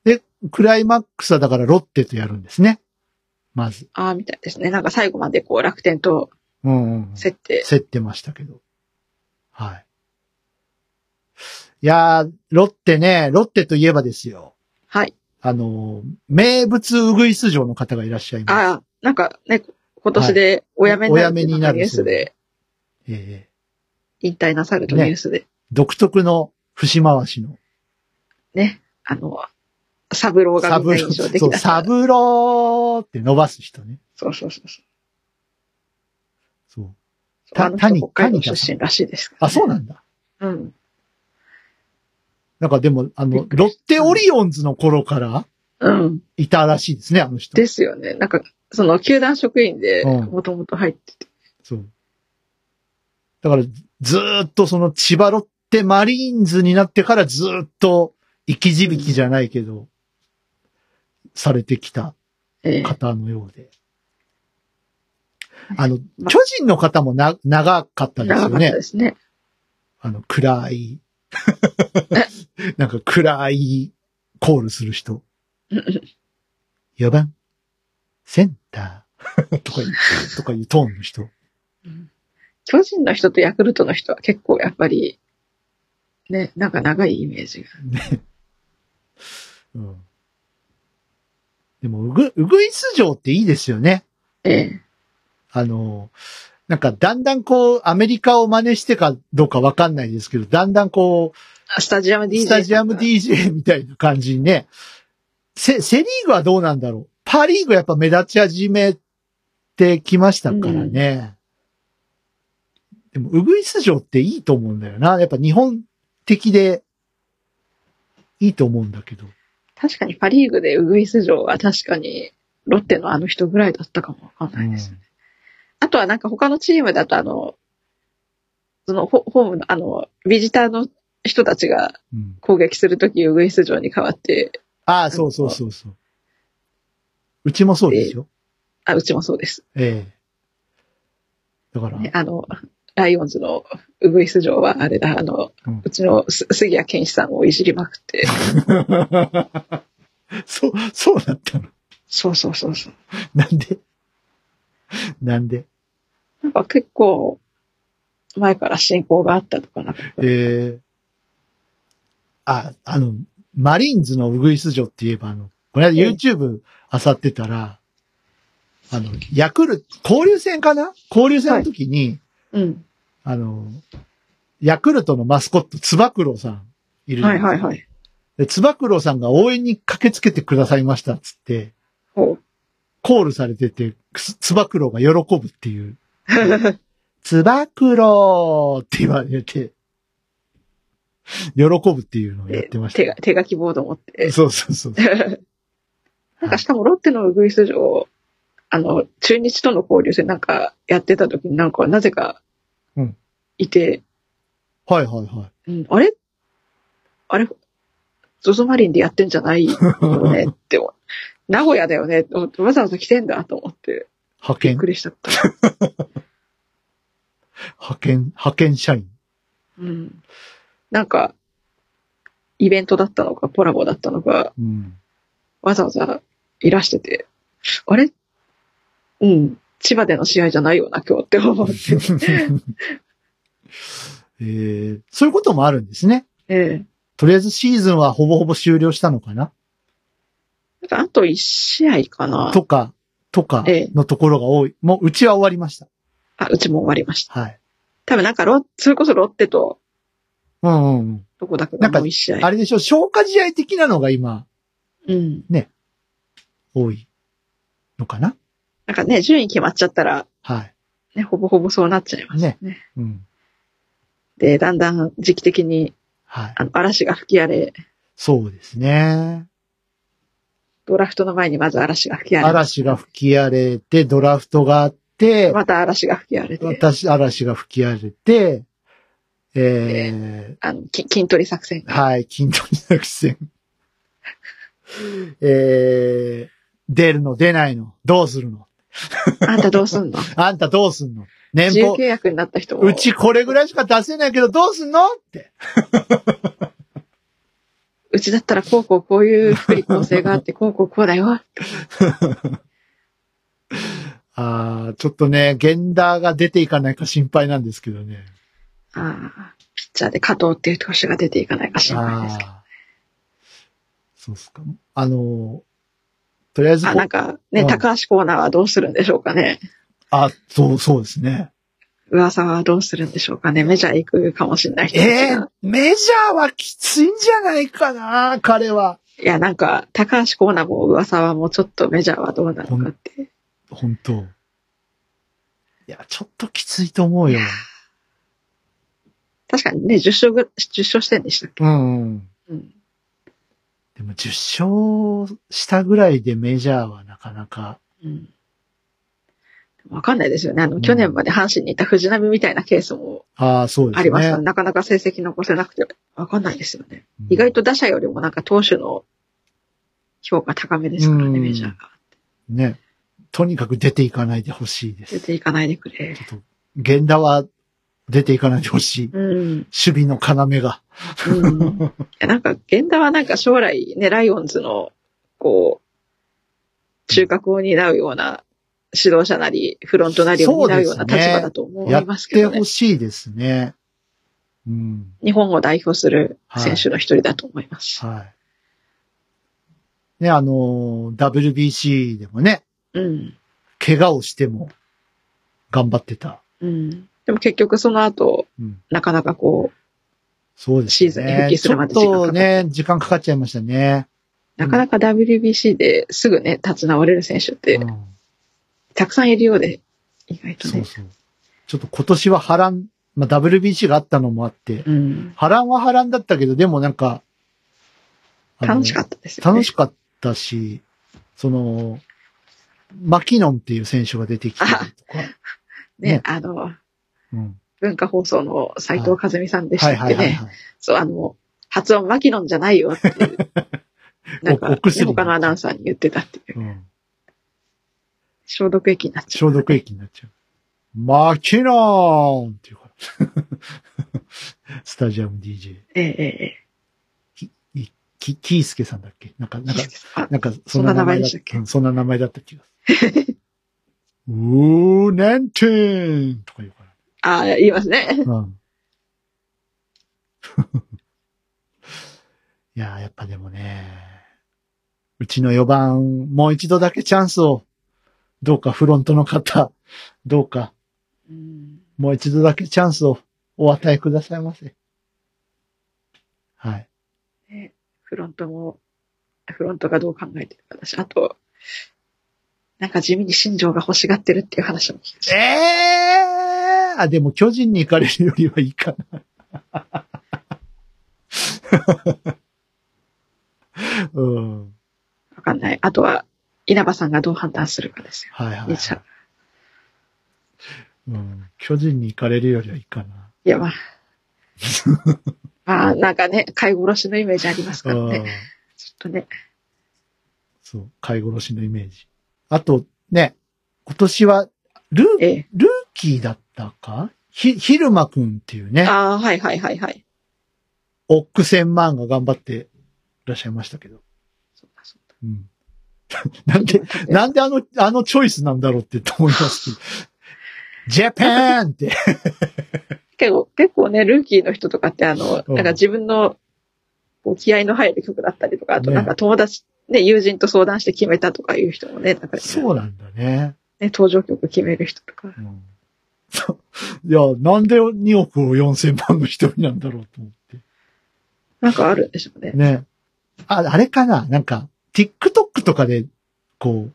[SPEAKER 2] で、クライマックスはだからロッテとやるんですね。まず。
[SPEAKER 3] ああ、みたいですね。なんか最後までこう楽天と
[SPEAKER 2] うんうん、うん。
[SPEAKER 3] 競って。
[SPEAKER 2] 競ってましたけど。はい。いやー、ロッテね、ロッテといえばですよ。
[SPEAKER 3] はい。
[SPEAKER 2] あのー、名物ウグイス嬢の方がいらっしゃいます。
[SPEAKER 3] ああ、なんかね、今年でお辞めになるっていうのがニュースで、
[SPEAKER 2] ええ
[SPEAKER 3] 引退なさるとニュースで、
[SPEAKER 2] 独特の節回しの。
[SPEAKER 3] ね、あの、サブローが
[SPEAKER 2] サ
[SPEAKER 3] みんな
[SPEAKER 2] ブロ
[SPEAKER 3] 印象
[SPEAKER 2] ー、
[SPEAKER 3] 的
[SPEAKER 2] そ
[SPEAKER 3] だ
[SPEAKER 2] う、サブローって伸ばす人ね。
[SPEAKER 3] そうそうそうそ
[SPEAKER 2] そ
[SPEAKER 3] う。
[SPEAKER 2] う。た
[SPEAKER 3] あの人
[SPEAKER 2] 谷
[SPEAKER 3] 北海道
[SPEAKER 2] 谷田さん
[SPEAKER 3] 出身らしいですから
[SPEAKER 2] あ、
[SPEAKER 3] ね
[SPEAKER 2] そうなんだ。
[SPEAKER 3] うん。
[SPEAKER 2] なんかでも、あ
[SPEAKER 3] びっ
[SPEAKER 2] の、
[SPEAKER 3] くり
[SPEAKER 2] ロッ
[SPEAKER 3] し
[SPEAKER 2] テオリオンズの頃から
[SPEAKER 3] うん。
[SPEAKER 2] いたらしいですね、あの人。
[SPEAKER 3] ですよね。なんか、その、球団職員で、
[SPEAKER 2] うん
[SPEAKER 3] もともと入ってて。
[SPEAKER 2] そう。だから、ずーっとその千葉ロッテマリーンズになってからずーっと生き字引きじゃないけど、されてきた
[SPEAKER 3] ええ
[SPEAKER 2] 方のようで。あの、
[SPEAKER 3] ま
[SPEAKER 2] 巨人の方もな、長かったですよ
[SPEAKER 3] 長かった
[SPEAKER 2] ね
[SPEAKER 3] で。すね。 <laughs>
[SPEAKER 2] あの、暗い、 <laughs> なんか暗いコールする人。
[SPEAKER 3] うんうん
[SPEAKER 2] 4番、センター、
[SPEAKER 3] <laughs>
[SPEAKER 2] とかいう、とかいうトーンの人。
[SPEAKER 3] 巨人の人とヤクルトの人は結構やっぱり、ね、なんか長いイメージが。
[SPEAKER 2] うん。でも、うぐ、うぐいす城っていいですよね。
[SPEAKER 3] ええ
[SPEAKER 2] あの、なんかだんだんこう、アメリカを真似してかどうかわかんないですけど、だんだんこう、
[SPEAKER 3] あスタジアム DJ。
[SPEAKER 2] スタジアム DJ みたいな感じにね、セ、セリーグはどうなんだろう。パリーグやっぱ目立ち始めてきましたからね。でも、うぐいす城っていいと思うんだよな。やっぱ日本的で、いいと思うんだけど。
[SPEAKER 3] 確かにパリーグでウグイス城は確かに、ロッテのあの人ぐらいだったかもわかんないです。
[SPEAKER 2] うん
[SPEAKER 3] あとはなんか他のチームだとあの、そのホホームのあの、ビジターの人たちが
[SPEAKER 2] うん
[SPEAKER 3] 攻撃するときウグイス城に代わって、
[SPEAKER 2] ああ、そうそうそうそう。うちもそうですよ。
[SPEAKER 3] あ、うちもそうです。
[SPEAKER 2] ええだから、
[SPEAKER 3] ねあの、ライオンズのウグイス城は、あれだ、あの、
[SPEAKER 2] う
[SPEAKER 3] うんちのす杉谷健一さんをいじりまくって、
[SPEAKER 2] <laughs> そう、 <laughs> そうだったの。
[SPEAKER 3] そうそうそうそう。
[SPEAKER 2] <laughs> なんでなんで
[SPEAKER 3] なんか結構、前から親交があったとかなんか。
[SPEAKER 2] ええあ、あの、マリーンズのウグイス城って言えば、あの、この間 YouTube 漁ってたら、あの、ヤクルト、交流戦かな交流戦の時に、
[SPEAKER 3] うん。
[SPEAKER 2] あの、ヤクルトのマスコット、つば九郎さんいるじゃない
[SPEAKER 3] はい
[SPEAKER 2] ですか
[SPEAKER 3] はいはい。
[SPEAKER 2] で、つば九郎さんが応援に駆けつけてくださいましたっつって、
[SPEAKER 3] ほ
[SPEAKER 2] コールされてて、つつば九郎が喜ぶって
[SPEAKER 3] <laughs>
[SPEAKER 2] いう、
[SPEAKER 3] う。
[SPEAKER 2] つば九郎って言われて、喜ぶっていうのをやってました
[SPEAKER 3] 手。が手書きボード持って。 <laughs>
[SPEAKER 2] そうそうそう。
[SPEAKER 3] なんかしかもロッテのウグイス城、あの、中日との交流戦なんかやってた時になんかなぜか
[SPEAKER 2] うん、
[SPEAKER 3] いて、
[SPEAKER 2] はいはいは
[SPEAKER 3] うんあれあれゾゾマリンでやってんじゃな
[SPEAKER 2] <laughs>
[SPEAKER 3] いよねって思う、名古屋だよねって思ってわざわざ来てんだと思って、
[SPEAKER 2] い。派
[SPEAKER 3] びっ
[SPEAKER 2] 遣、
[SPEAKER 3] くりしちゃった。
[SPEAKER 2] 派遣、派遣社員。
[SPEAKER 3] うん。なんか、イベントだったのか、コラボだったのか、 <laughs>
[SPEAKER 2] うん。
[SPEAKER 3] わざわざいらしてて、あれうん、千葉での試合じゃないよな、今日って思って。
[SPEAKER 2] えー、そういうこともあるんですね。
[SPEAKER 3] ええ
[SPEAKER 2] とりあえずシーズンはほぼほぼ終了したのかな
[SPEAKER 3] なんかあと1試合かな。
[SPEAKER 2] とか、とか
[SPEAKER 3] ええ
[SPEAKER 2] のところが多い。もううちは終わりました。
[SPEAKER 3] あ、うちも終わりました。
[SPEAKER 2] はい。
[SPEAKER 3] 多分なんかロ、それこそロッテと、
[SPEAKER 2] うんうんうん。
[SPEAKER 3] どこだっけ
[SPEAKER 2] な
[SPEAKER 3] なん
[SPEAKER 2] か
[SPEAKER 3] もう1試合。
[SPEAKER 2] あれでしょ、消化試合的なのが今、
[SPEAKER 3] うん。
[SPEAKER 2] 多いのかな
[SPEAKER 3] なんかね、順位決まっちゃったら、
[SPEAKER 2] はい。
[SPEAKER 3] ね、ほぼほぼそうなっちゃいますね。ね
[SPEAKER 2] うん。
[SPEAKER 3] で、だんだん時期的に、
[SPEAKER 2] はい。
[SPEAKER 3] あの、嵐が吹き荒れ、
[SPEAKER 2] そうですね。
[SPEAKER 3] ドラフトの前にまず嵐が吹き荒れ、
[SPEAKER 2] 嵐が吹き荒れて、ドラフトがあって、
[SPEAKER 3] また嵐が吹き荒れて、
[SPEAKER 2] 私、嵐が吹き荒れて、え
[SPEAKER 3] あの、き筋トレ作戦
[SPEAKER 2] ー、
[SPEAKER 3] が。
[SPEAKER 2] はい、筋トレ作戦。えー、出るの出ないのどうするの
[SPEAKER 3] あんたどう
[SPEAKER 2] <laughs>
[SPEAKER 3] すんの
[SPEAKER 2] あんたどうすんの年
[SPEAKER 3] 自由
[SPEAKER 2] 俸
[SPEAKER 3] 契、約になった人も。
[SPEAKER 2] うちこれぐらいしか出せないけどどうすんのって。
[SPEAKER 3] うちだったらこうこうこういう福利構成があって、こうこうこうだよ。
[SPEAKER 2] あーちょっとね、ゲンダーが出ていかないか心配なんですけどね。
[SPEAKER 3] ああ、ピッチャーで加藤っていう投手が出ていかないか心配ですけど。
[SPEAKER 2] あーそうっすか。あのー、とりあえず
[SPEAKER 3] あ、
[SPEAKER 2] こ
[SPEAKER 3] なんかね、
[SPEAKER 2] うん
[SPEAKER 3] 高橋コーナーはどうするんでしょうかね。
[SPEAKER 2] あ、そう、そうですね。
[SPEAKER 3] 噂はどうするんでしょうかね。メジャー行くかもしれない人たち
[SPEAKER 2] ええ
[SPEAKER 3] が。
[SPEAKER 2] メジャーはきついんじゃないかな、彼は。
[SPEAKER 3] いや、なんか、高橋コーナーも噂はもうちょっとメジャーはどうなのかって。
[SPEAKER 2] 本当いや、ちょっときついと思うよ。
[SPEAKER 3] 確かにね、10勝ぐ、10勝してんでしたっけ
[SPEAKER 2] うん、うん。
[SPEAKER 3] うん。
[SPEAKER 2] でも10勝したぐらいでメジャーはなかなか。
[SPEAKER 3] うん。わかんないですよね。あ
[SPEAKER 2] う
[SPEAKER 3] の、
[SPEAKER 2] ん
[SPEAKER 3] 去年まで阪神にいた藤波みたいなケースも
[SPEAKER 2] ああ、そうですね。
[SPEAKER 3] ありました。なかなか成績残せなくて、わかんないですよね。
[SPEAKER 2] うん
[SPEAKER 3] 意外と打者よりもなんか投手の評価高めですから
[SPEAKER 2] う
[SPEAKER 3] ね、
[SPEAKER 2] ん
[SPEAKER 3] メジャーが。
[SPEAKER 2] ね。とにかく出ていかないでほしいで
[SPEAKER 3] 出
[SPEAKER 2] す。
[SPEAKER 3] ていかないでくれ。
[SPEAKER 2] ちょっと、源田は出ていかないでほしい。
[SPEAKER 3] うん。
[SPEAKER 2] 守備の要が。
[SPEAKER 3] うん、いやなんか、源田はなんか将来ね、ライオンズの、こう、中核を担うような指導者なり、フロントなりを担うような
[SPEAKER 2] そうですね
[SPEAKER 3] 立場だと思
[SPEAKER 2] や
[SPEAKER 3] い
[SPEAKER 2] っ
[SPEAKER 3] ますけ
[SPEAKER 2] て
[SPEAKER 3] どね
[SPEAKER 2] ほ。しいですね。うん。
[SPEAKER 3] 日本を代表する選手の一人だと思いますし。
[SPEAKER 2] はい。ね、あのー、WBC でもね、
[SPEAKER 3] うん。
[SPEAKER 2] 怪我をしても頑張ってた。
[SPEAKER 3] うん。でも結局その後、
[SPEAKER 2] うん。
[SPEAKER 3] なかなかこう、
[SPEAKER 2] そうです
[SPEAKER 3] シ
[SPEAKER 2] ね。
[SPEAKER 3] ーズンに復帰するまで
[SPEAKER 2] ち
[SPEAKER 3] 時
[SPEAKER 2] ょっ
[SPEAKER 3] 間かか
[SPEAKER 2] と
[SPEAKER 3] った
[SPEAKER 2] ね、時間かかっちゃいましたね。
[SPEAKER 3] なかなか WBC ですぐね、立ち直れる選手って
[SPEAKER 2] うん、
[SPEAKER 3] たくさんいるようで、意外と
[SPEAKER 2] そう
[SPEAKER 3] ね。
[SPEAKER 2] そう。ちょっと今年は波乱、まあ、WBC があったのもあって、
[SPEAKER 3] うん。
[SPEAKER 2] 波乱は波乱だったけど、でもなんか、あの
[SPEAKER 3] 楽しかったですよ、ね。
[SPEAKER 2] 楽しかったし、その、マキノンっていう選手が出てきたりとか、
[SPEAKER 3] ね
[SPEAKER 2] ね。
[SPEAKER 3] あの、
[SPEAKER 2] うん、
[SPEAKER 3] 文化放送の斎藤和美さんでし
[SPEAKER 2] はい
[SPEAKER 3] たっ
[SPEAKER 2] はい
[SPEAKER 3] け
[SPEAKER 2] はい、
[SPEAKER 3] ね。
[SPEAKER 2] はい。
[SPEAKER 3] そう、あの、発音マ
[SPEAKER 2] <laughs>
[SPEAKER 3] キノンじゃないよっていう。なんか、
[SPEAKER 2] おお
[SPEAKER 3] ね
[SPEAKER 2] 薬
[SPEAKER 3] 他のアナウンサーに言ってたっていう。
[SPEAKER 2] うん
[SPEAKER 3] 消毒液になっちゃう。
[SPEAKER 2] 消毒液になっちゃう。マキノーンっていうから。 <laughs> スタジアム DJ。
[SPEAKER 3] えええええ
[SPEAKER 2] き、キースケさんだっけなんか、
[SPEAKER 3] え
[SPEAKER 2] なんか、
[SPEAKER 3] あ
[SPEAKER 2] なんか、そ
[SPEAKER 3] そ
[SPEAKER 2] ん
[SPEAKER 3] ん
[SPEAKER 2] な
[SPEAKER 3] な
[SPEAKER 2] 名
[SPEAKER 3] 名
[SPEAKER 2] 前だっ
[SPEAKER 3] 前でし
[SPEAKER 2] た
[SPEAKER 3] たっけ
[SPEAKER 2] うんそんな名前だった気がする。うー、なんてーんとか言うか
[SPEAKER 3] あ、言いますね。
[SPEAKER 2] ら。うん。 <laughs> いやー、やっぱでもね、うちの4番、もう一度だけチャンスを、どうかフロントの方、どうか、
[SPEAKER 3] うん
[SPEAKER 2] もう一度だけチャンスをお与えくださいませ。はい。
[SPEAKER 3] ねフロントも、フロントがどう考えてるかだし、あと、なんか地味に新庄が欲しがってるっていう話も聞くし
[SPEAKER 2] え、えー、あ、でも巨人に行かれるよりはいいかな。 <laughs> うん。
[SPEAKER 3] わかんない。あとは、稲葉さんがどう判断するかですよ。
[SPEAKER 2] はいはい、
[SPEAKER 3] いいじゃん
[SPEAKER 2] うん。巨人に行かれるよりはいいかな。
[SPEAKER 3] い
[SPEAKER 2] <laughs>
[SPEAKER 3] や、まあ。まあ、なんかね、飼い殺しのイメージありますから
[SPEAKER 2] うん
[SPEAKER 3] ね。。ちょっとね。
[SPEAKER 2] そう。飼い殺しのイメージ。あと、ね、今年は、ルー、
[SPEAKER 3] ええ。
[SPEAKER 2] ルーキーだったかひ、ひるまくんっていうね、
[SPEAKER 3] ああ、はいはいはいはい。
[SPEAKER 2] オック千万が頑張っていらっしゃいましたけど。
[SPEAKER 3] そうだそうだ
[SPEAKER 2] うん。 <laughs> なんで、なんであの、あのチョイスなんだろうって思います
[SPEAKER 3] <laughs>
[SPEAKER 2] けど。ジャパンって。
[SPEAKER 3] 結構、結構ね、ルーキーの人とかって、あの、
[SPEAKER 2] うん
[SPEAKER 3] なんか自分の、こう、気合の入る曲だったりとか、あと
[SPEAKER 2] ね
[SPEAKER 3] なんか友達、ね、友人と相談して決めたとかいう人もね、なんか、
[SPEAKER 2] そうなんだね。
[SPEAKER 3] ね、登場曲決める人とか
[SPEAKER 2] う。ん、そういや、なんで2億4000万の一人なんだろうと思っ
[SPEAKER 3] なんかあるんでしょうね
[SPEAKER 2] て。。ね。あ、あれかななんか、TikTok とかで、こう、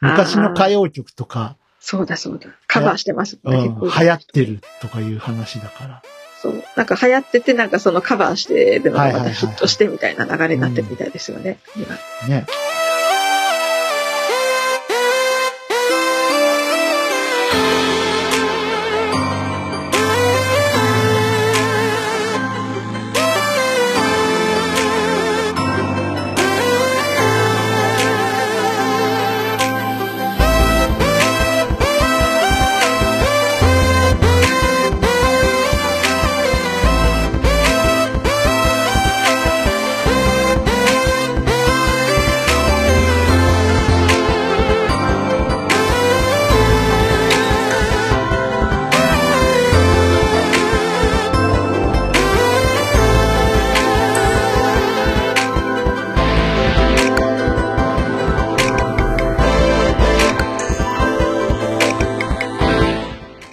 [SPEAKER 2] 昔の歌謡曲とか、
[SPEAKER 3] そうだそうだ。カバーしてますもん
[SPEAKER 2] う
[SPEAKER 3] ね、
[SPEAKER 2] ん、
[SPEAKER 3] 結構。
[SPEAKER 2] 流行ってるとかいう話だから。
[SPEAKER 3] そう。なんか流行ってて、なんかそのカバーしてるの
[SPEAKER 2] はい
[SPEAKER 3] が
[SPEAKER 2] はいは
[SPEAKER 3] ま
[SPEAKER 2] い
[SPEAKER 3] たヒットしてみたいな流れになってるみたいですよね。今
[SPEAKER 2] ね。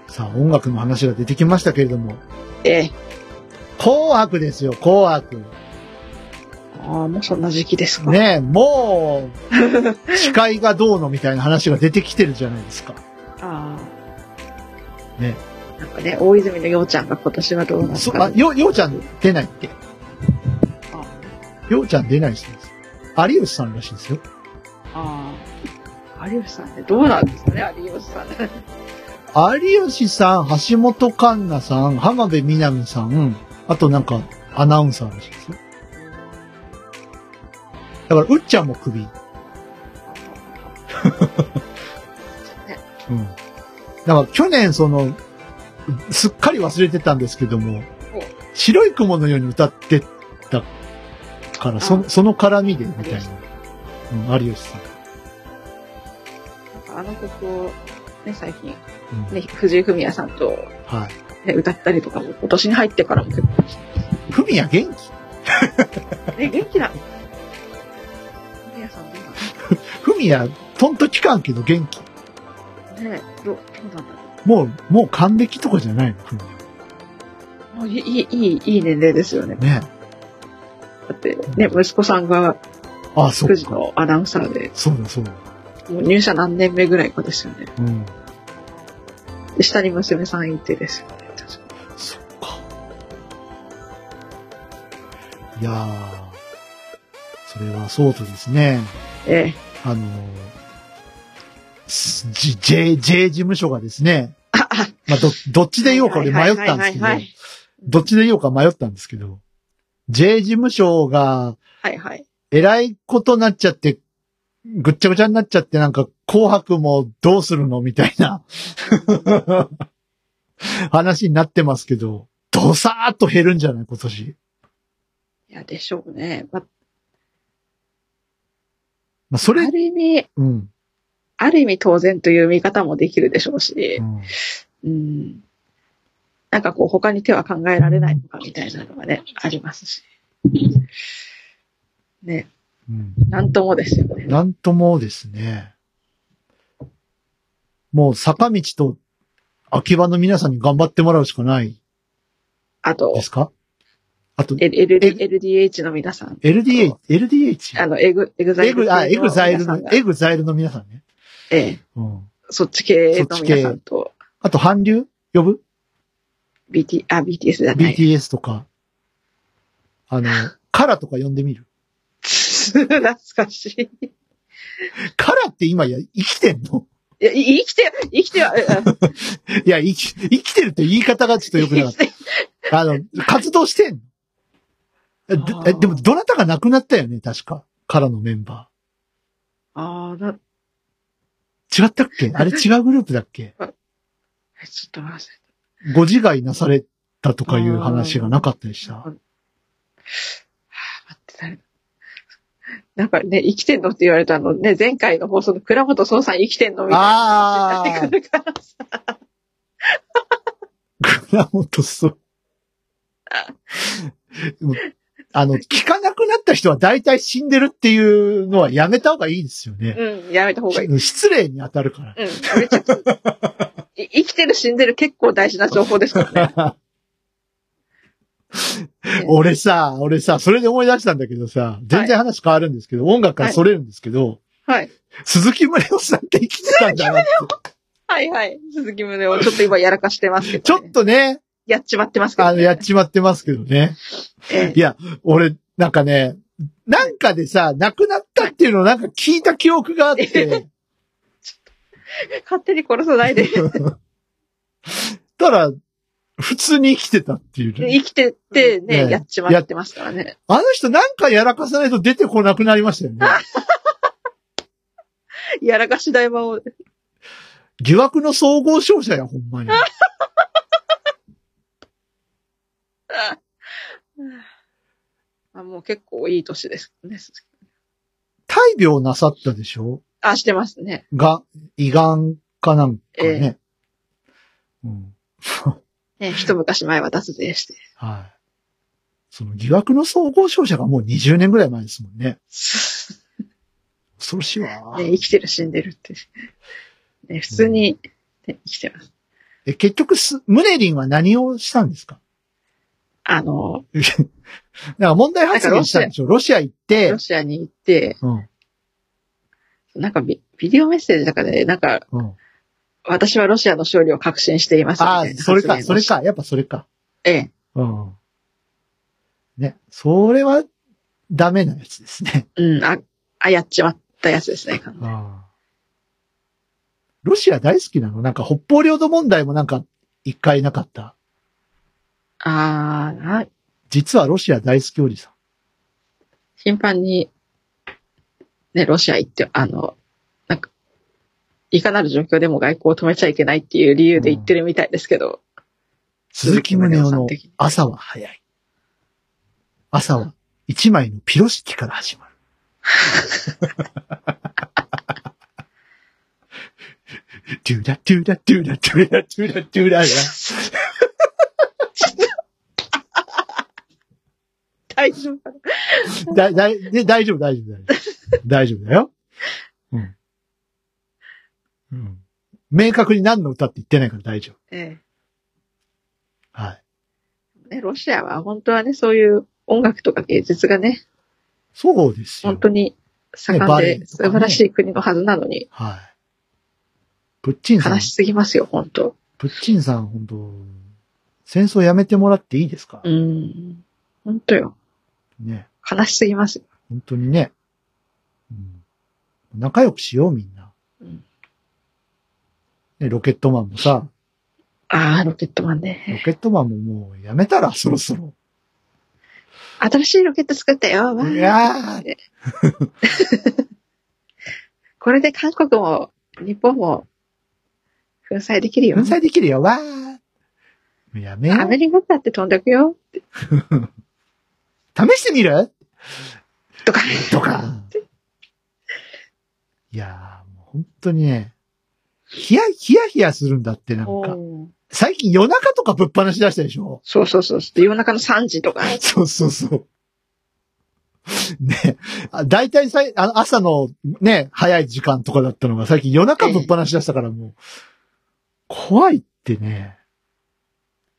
[SPEAKER 2] さあ、音楽の話が出てきましたけれども、
[SPEAKER 3] ええ。
[SPEAKER 2] 紅白ですよ、紅白。
[SPEAKER 3] ああ、もうそんな時期ですか。
[SPEAKER 2] ねえ、もう、視界がどうのみたいな話が出てきてるじゃないですか。
[SPEAKER 3] ああ。
[SPEAKER 2] ね。
[SPEAKER 3] なんかね、大泉のようちゃんが今年はどうなる
[SPEAKER 2] そ
[SPEAKER 3] か
[SPEAKER 2] あ、。よ、ようちゃん出ないって。
[SPEAKER 3] あ
[SPEAKER 2] ようちゃん出ないそうです。有吉さんらしいんですよ。
[SPEAKER 3] ああ。有吉さんってどうなんですかね、有吉さん。
[SPEAKER 2] 有吉さん、橋本環奈さん、浜辺美波さん、あとなんか、アナウンサーらしいですよ。だから、うっちゃんも首。うん。だから、去年、その、すっかり忘れてたんですけども、白い雲のように歌ってたから、そその絡みで、みたいな。うん、有吉さん。
[SPEAKER 3] なんかあの曲を、ね、最近、
[SPEAKER 2] うん
[SPEAKER 3] ね、藤井フミヤさんと、
[SPEAKER 2] はい。
[SPEAKER 3] ね、歌ったりとかも、今年に入ってからも結構して
[SPEAKER 2] ふみや元気
[SPEAKER 3] ね、元気なの。フミヤさんどうなんです
[SPEAKER 2] ふみや、とんと期間けど元気。
[SPEAKER 3] かね、どう、どうなんだろ
[SPEAKER 2] もう、もう還暦とかじゃないのふみ
[SPEAKER 3] う。もういい、いい、いい年齢ですよね
[SPEAKER 2] や。。ね。
[SPEAKER 3] だって、ね、息子さんが
[SPEAKER 2] ああ、そ
[SPEAKER 3] 9
[SPEAKER 2] う
[SPEAKER 3] 時
[SPEAKER 2] か。
[SPEAKER 3] のアナウンサーで、
[SPEAKER 2] そうだ、そうだ。
[SPEAKER 3] もう入社何年目ぐらいかですよね。
[SPEAKER 2] うん。
[SPEAKER 3] で下に娘さんいてですよね。確か
[SPEAKER 2] そっか。いやー。それはそうとですね。
[SPEAKER 3] ええ。
[SPEAKER 2] あのー、す J、J、J 事務所がですね。
[SPEAKER 3] <laughs> あ、あ、
[SPEAKER 2] まあ、ど、どっちで言おうか俺迷ったんですけど
[SPEAKER 3] は、い
[SPEAKER 2] どっちで言おうか迷ったんですけど、J 事務所が
[SPEAKER 3] はいはい。
[SPEAKER 2] えらいことになっちゃって、ぐっちゃぐちゃになっちゃってなんか紅白もどうするのみたいな <laughs> 話になってますけど、どさーっと減るんじゃない今年。
[SPEAKER 3] いや、でしょうね。ま
[SPEAKER 2] まあ、そ
[SPEAKER 3] あ
[SPEAKER 2] れ、
[SPEAKER 3] る意味、
[SPEAKER 2] うん。
[SPEAKER 3] ある意味当然という見方もできるでしょうし
[SPEAKER 2] う、ん
[SPEAKER 3] うん。なんかこう他に手は考えられないのかみたいなのがね、ありますし。ね、
[SPEAKER 2] うん
[SPEAKER 3] なんともですよね。
[SPEAKER 2] なんともですね。もう坂道と秋葉の皆さんに頑張ってもらうしかない
[SPEAKER 3] あと
[SPEAKER 2] で、すかあと、
[SPEAKER 3] L- L-
[SPEAKER 2] え
[SPEAKER 3] LDH の皆さん。
[SPEAKER 2] LDH、
[SPEAKER 3] あ
[SPEAKER 2] LDH。
[SPEAKER 3] の、エグ、エグザイ
[SPEAKER 2] エ
[SPEAKER 3] ル。
[SPEAKER 2] グ、あ、エグザイルの
[SPEAKER 3] の皆、さんが。
[SPEAKER 2] エグザイルの皆さんね。
[SPEAKER 3] ええ。
[SPEAKER 2] うん。
[SPEAKER 3] そっち系の皆さんと、
[SPEAKER 2] あと、韓流呼ぶ
[SPEAKER 3] BT、あ、BTS じゃない。
[SPEAKER 2] ?BTS とか。あの、カラとか呼んでみる
[SPEAKER 3] <laughs> 懐かしい。い
[SPEAKER 2] カラって今や、生きてんの <laughs>
[SPEAKER 3] や、い生きて、生きては、えあ
[SPEAKER 2] いや、生き、生きてるって言い方がちょっと良くなか
[SPEAKER 3] 生
[SPEAKER 2] っ
[SPEAKER 3] きて <laughs>
[SPEAKER 2] た。あの、活動してんの
[SPEAKER 3] あ
[SPEAKER 2] で
[SPEAKER 3] ー
[SPEAKER 2] えでも、どなたが亡くなったよね確か。カラのメンバ
[SPEAKER 3] ああ、な、ちょ
[SPEAKER 2] ー。違ったっけあれ違うグループだっけ
[SPEAKER 3] っと待って。
[SPEAKER 2] ご自害なされたとかいう話がなかったでした。
[SPEAKER 3] <laughs> あー待って、誰だなんかね、生きてんのって言われたのね、前回の放送の倉本総さん生きてんのみたいな
[SPEAKER 2] あ
[SPEAKER 3] 話にな
[SPEAKER 2] あ
[SPEAKER 3] っ、てくるからさ。
[SPEAKER 2] 倉本そう。でもあの、聞かなくなった人は大体死んでるっていうのはやめた方がいいですよね。
[SPEAKER 3] <laughs> うん、やめた方がいい。うん、
[SPEAKER 2] 失礼に当たるから。
[SPEAKER 3] めちゃくちゃ。い生きてる死んでる結構大事な情報です
[SPEAKER 2] <laughs>
[SPEAKER 3] から <laughs> ね。
[SPEAKER 2] 俺さ、俺さ、それで思い出したんだけどさ、全然話変わるんですけど、音楽からそれるんですけど、
[SPEAKER 3] はい。
[SPEAKER 2] 鈴木宗男さんって生きてたんだなって。
[SPEAKER 3] はいはい。鈴木宗男、ちょっと今やらかしてますけ
[SPEAKER 2] ち
[SPEAKER 3] ど、
[SPEAKER 2] ょ
[SPEAKER 3] ね。
[SPEAKER 2] っとね、
[SPEAKER 3] やっちまってますけど、
[SPEAKER 2] あの、
[SPEAKER 3] ね。
[SPEAKER 2] やっちまってますけどね。
[SPEAKER 3] え
[SPEAKER 2] いや、俺、なんかね、なんかでさ、亡くなったっていうのをなんか聞いた記憶があって、
[SPEAKER 3] え勝手に殺さな
[SPEAKER 2] <laughs>
[SPEAKER 3] いで。
[SPEAKER 2] たら、普通に生きてたっていうね、
[SPEAKER 3] 生きてってね、
[SPEAKER 2] ね
[SPEAKER 3] やっちまってますからね。
[SPEAKER 2] あの人なんかやらかさないと出てこなくなりましたよね。
[SPEAKER 3] やらかし大魔王。
[SPEAKER 2] 疑惑の総合勝者や、ほんまに。
[SPEAKER 3] あもう結構いい年ですね。鈴木
[SPEAKER 2] 大病なさったでしょ
[SPEAKER 3] あ、してますね。
[SPEAKER 2] が、胃がんかなんかね。うん。
[SPEAKER 3] ね、一昔前は脱税して。
[SPEAKER 2] はい。その疑惑の総合勝者がもう20年ぐらい前ですもんね。恐ろしいわ。
[SPEAKER 3] ね、生きてる死んでるって。ね、普通に、ね、生きてます。
[SPEAKER 2] え、結局す、ムネリンは何をしたんですか <laughs>
[SPEAKER 3] あの、
[SPEAKER 2] なんか問題発言したんでしょロシア行って
[SPEAKER 3] ロ、シアに行って、
[SPEAKER 2] うん、
[SPEAKER 3] なんかビビデオメッセージとかで、なんか、
[SPEAKER 2] うん。
[SPEAKER 3] 私はロシアの勝利を確信しています
[SPEAKER 2] あ
[SPEAKER 3] みた
[SPEAKER 2] あ
[SPEAKER 3] い、な
[SPEAKER 2] それか、
[SPEAKER 3] 発
[SPEAKER 2] そ
[SPEAKER 3] 言を
[SPEAKER 2] れ
[SPEAKER 3] し。
[SPEAKER 2] か、やっぱそれか。
[SPEAKER 3] ええ。
[SPEAKER 2] うん。ね、それは、ダメなやつですね。
[SPEAKER 3] うん、あ、あ、やっちまったやつですね。
[SPEAKER 2] ロシア大好きなのなんか北方領土問題もなんか一回なかった。
[SPEAKER 3] あーな、
[SPEAKER 2] 実はロシア大好きおじさん。
[SPEAKER 3] 頻繁に、ね、ロシア行って、あの、なんか、いかなる状況でも外交を止めちゃいけないっていう理由で言ってるみたいですけど、
[SPEAKER 2] 鈴木宗男
[SPEAKER 3] 鈴木宗
[SPEAKER 2] の
[SPEAKER 3] 男的に
[SPEAKER 2] 朝は早い。朝は一枚のピロシキから始
[SPEAKER 3] <laughs>
[SPEAKER 2] まる。ドゥラドゥラドゥラドゥラドゥラドゥララ。
[SPEAKER 3] 大丈夫かな
[SPEAKER 2] <laughs> だ、だ、で、大丈夫、大丈夫、大丈夫。大丈夫だよ。うん。うん。明確に何の歌って言ってないから大丈夫。
[SPEAKER 3] ええ。
[SPEAKER 2] はい。
[SPEAKER 3] ね、ロシアは本当はね、そういう音楽とか芸術がね、
[SPEAKER 2] そうですよ。
[SPEAKER 3] 本当に
[SPEAKER 2] ねバ
[SPEAKER 3] 盛
[SPEAKER 2] レエとか
[SPEAKER 3] んで
[SPEAKER 2] ね
[SPEAKER 3] 素晴らしい国のはずなのに、
[SPEAKER 2] はい。プッチンさん
[SPEAKER 3] 悲、しすぎますよ、本当。
[SPEAKER 2] プッチンさん、本当戦争やめてもらっていいですか、
[SPEAKER 3] うん。本当よ。
[SPEAKER 2] ね。
[SPEAKER 3] 悲しすぎますよ。
[SPEAKER 2] 本当にね、うん。仲良くしよう、みんな。
[SPEAKER 3] うん
[SPEAKER 2] ね、ロケットマンもさ、
[SPEAKER 3] ああ、ロケットマ
[SPEAKER 2] ロ
[SPEAKER 3] ンね。
[SPEAKER 2] ケットマンももうやめたら、そろそろ。
[SPEAKER 3] 新しいロケット作ったよ。わー
[SPEAKER 2] いやー
[SPEAKER 3] これで韓国も日本も粉砕できるよ
[SPEAKER 2] 粉。砕できるよ。わー。やめよ
[SPEAKER 3] アメリカだって飛んでくよ。
[SPEAKER 2] う。試してみる
[SPEAKER 3] とか。
[SPEAKER 2] とか。いやー、もう本当にね、ヒヤ、ヒヤヒヤするんだってなんか。
[SPEAKER 3] おー
[SPEAKER 2] 最近夜中とかぶっ放し出したでしょ
[SPEAKER 3] そうそうそう。で夜中の3時とか。
[SPEAKER 2] そうそうそう。ねあ大体さいあの朝のね、早い時間とかだったのが最近夜中ぶっ放し出したからもう、怖いってね。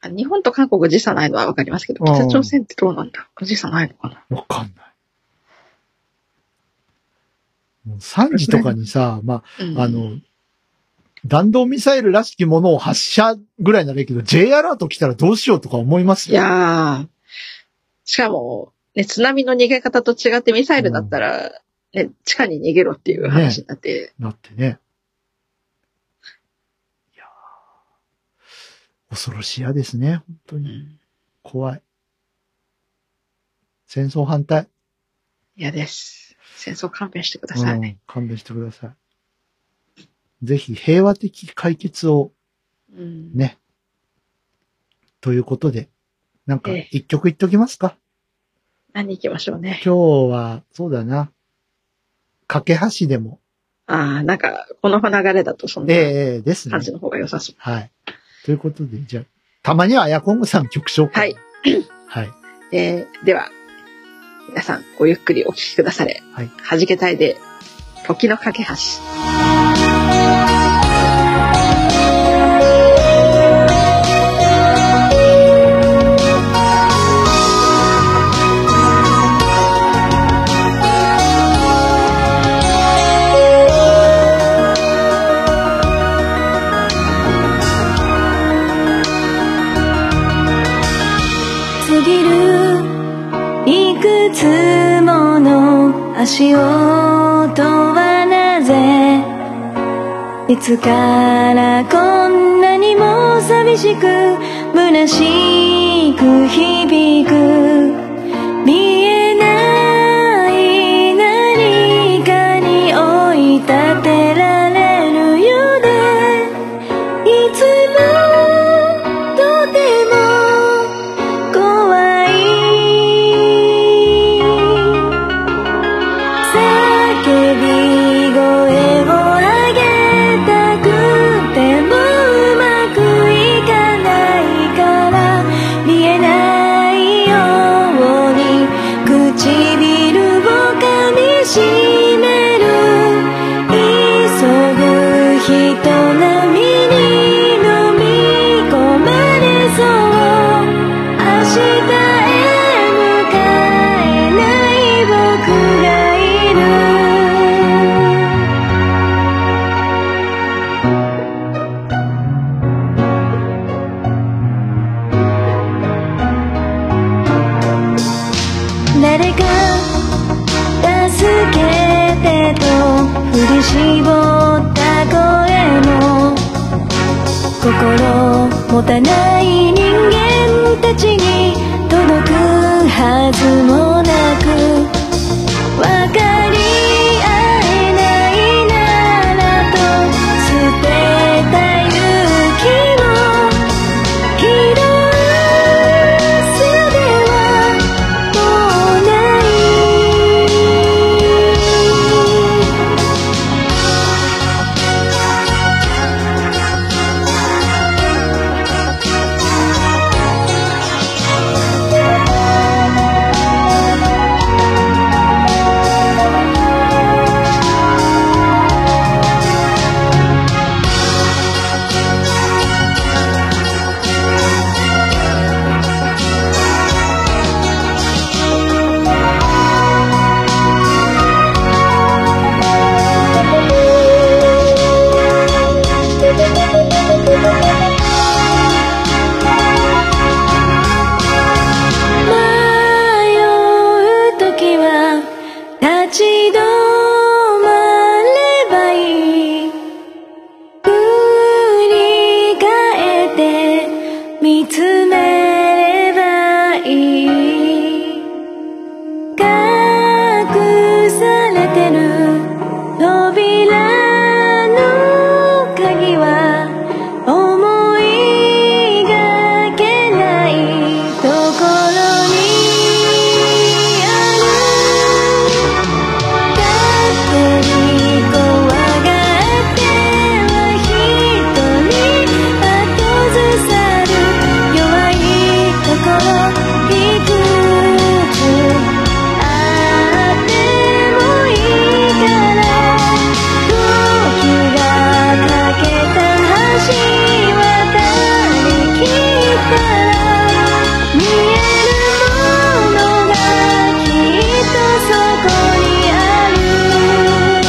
[SPEAKER 3] あ日本と韓国時差ないのはわかりますけど、
[SPEAKER 2] うん
[SPEAKER 3] 北朝鮮ってどうなんだ時差ないのかな
[SPEAKER 2] わかんない。もう3時とかにさ、ま
[SPEAKER 3] うん
[SPEAKER 2] あ、あの、弾道ミサイルらしきものを発射ぐらいならいいけど、J アラート来たらどうしようとか思います
[SPEAKER 3] い
[SPEAKER 2] よ。
[SPEAKER 3] やー、しかも、ね、津波の逃げ方と違ってミサイルだったら、ね、地下に逃げろっていう話になって、
[SPEAKER 2] なってね。いやー恐ろしいやですね、本当
[SPEAKER 3] う
[SPEAKER 2] に。
[SPEAKER 3] ん
[SPEAKER 2] 怖い。戦争反対。
[SPEAKER 3] 嫌です。戦争勘弁してくだ
[SPEAKER 2] う
[SPEAKER 3] さい。
[SPEAKER 2] ん、勘弁してください。ぜひ平和的解決を
[SPEAKER 3] うん
[SPEAKER 2] ねということで、なんか
[SPEAKER 3] ええ
[SPEAKER 2] 一曲言っときますか。
[SPEAKER 3] 何行きましょうね。
[SPEAKER 2] 今日は、そうだな。架け橋でも、
[SPEAKER 3] ああ、なんか、この流れだとそん
[SPEAKER 2] え
[SPEAKER 3] な
[SPEAKER 2] えええですね
[SPEAKER 3] 感。じの方が良さそう。
[SPEAKER 2] はい。ということで、じゃあ、たまにはヤコングさん曲紹
[SPEAKER 3] は
[SPEAKER 2] 介。
[SPEAKER 3] い。
[SPEAKER 2] はい。
[SPEAKER 3] えーでは、皆さん、ごゆっくりお聴きくだされ。
[SPEAKER 2] はい
[SPEAKER 3] はじけたいで、時の架け橋。
[SPEAKER 4] 過ぎるいくつもの足音はなぜいつからこんなにも寂しく虚しく響く見えない何かに追い立てられるようでいつもとても怖い叫び声を上げたくてもうまくいかないから見えないように唇を噛みしめる急ぐ人並みに飲み込まれそう明日へ向かえない僕がいる誰か「助けて」と振り絞った声も心持たない人間たちに届くはずもなく分かり合えないならと捨てた勇気も「拾うすべはもうない」「ら見えるものがきっとそこにある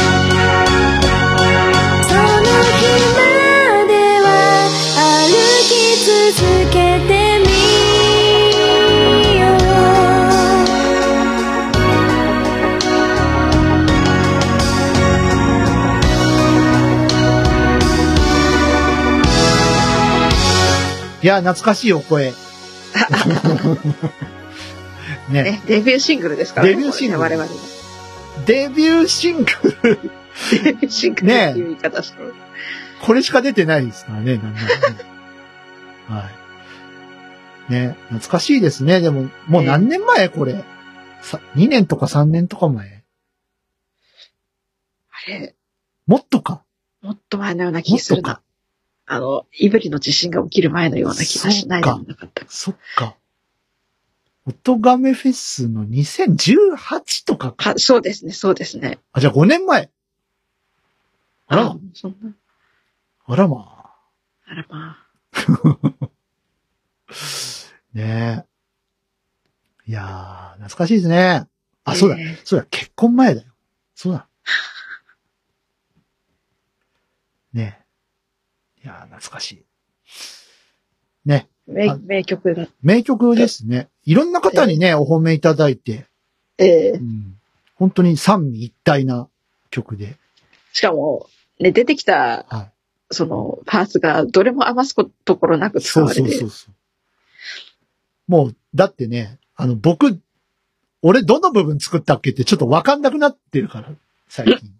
[SPEAKER 4] その日までは歩き続けてみよう
[SPEAKER 2] いや、懐かしいお
[SPEAKER 3] <laughs>
[SPEAKER 2] 声。ね、
[SPEAKER 3] ね、デビューシングルですからね。
[SPEAKER 2] デビューシングル
[SPEAKER 3] これね我々の
[SPEAKER 2] デビューシングル、
[SPEAKER 3] デビューシングルっていう言い方してる。
[SPEAKER 2] これしか出てないです
[SPEAKER 3] <laughs>
[SPEAKER 2] からね、なんならねはい。ね、懐かしいですね。でも、もう何年前、これ。さ、2年とか3年とか前。
[SPEAKER 3] あれ、
[SPEAKER 2] もっとか。
[SPEAKER 3] もっと前のような気
[SPEAKER 2] も
[SPEAKER 3] が
[SPEAKER 2] っ
[SPEAKER 3] する
[SPEAKER 2] と
[SPEAKER 3] な
[SPEAKER 2] か。。
[SPEAKER 3] あの、イブリの地震が起きる前のような気がしないでもなかった。
[SPEAKER 2] そっか。音亀フェスの2018とかか。
[SPEAKER 3] かそうですね、そうですね。
[SPEAKER 2] あ、じゃあ5年前。あら、
[SPEAKER 3] そんな。
[SPEAKER 2] あらま
[SPEAKER 3] あらまあ。
[SPEAKER 2] あ。ねえ。いやー、懐かしいですね。あ、そうだ。
[SPEAKER 3] ええ
[SPEAKER 2] そうだ、結婚前だよ。そうだ。ねえ。いやー、懐かしい。ね。
[SPEAKER 3] 名
[SPEAKER 2] あ
[SPEAKER 3] 名曲だ。
[SPEAKER 2] 名曲ですね。いろんな方にね、お褒めいただいて、
[SPEAKER 3] ええ
[SPEAKER 2] うん、本当に三位一体な曲で。
[SPEAKER 3] しかも、ね、出てきた、
[SPEAKER 2] は
[SPEAKER 3] その、パーツがどれも余すこところなく
[SPEAKER 2] い。
[SPEAKER 3] 使
[SPEAKER 2] そう
[SPEAKER 3] われ
[SPEAKER 2] そう
[SPEAKER 3] て
[SPEAKER 2] そ、うそう。もう、だってね、あの、僕、俺どの部分作ったっけってちょっとわかんなくなってるから、最近。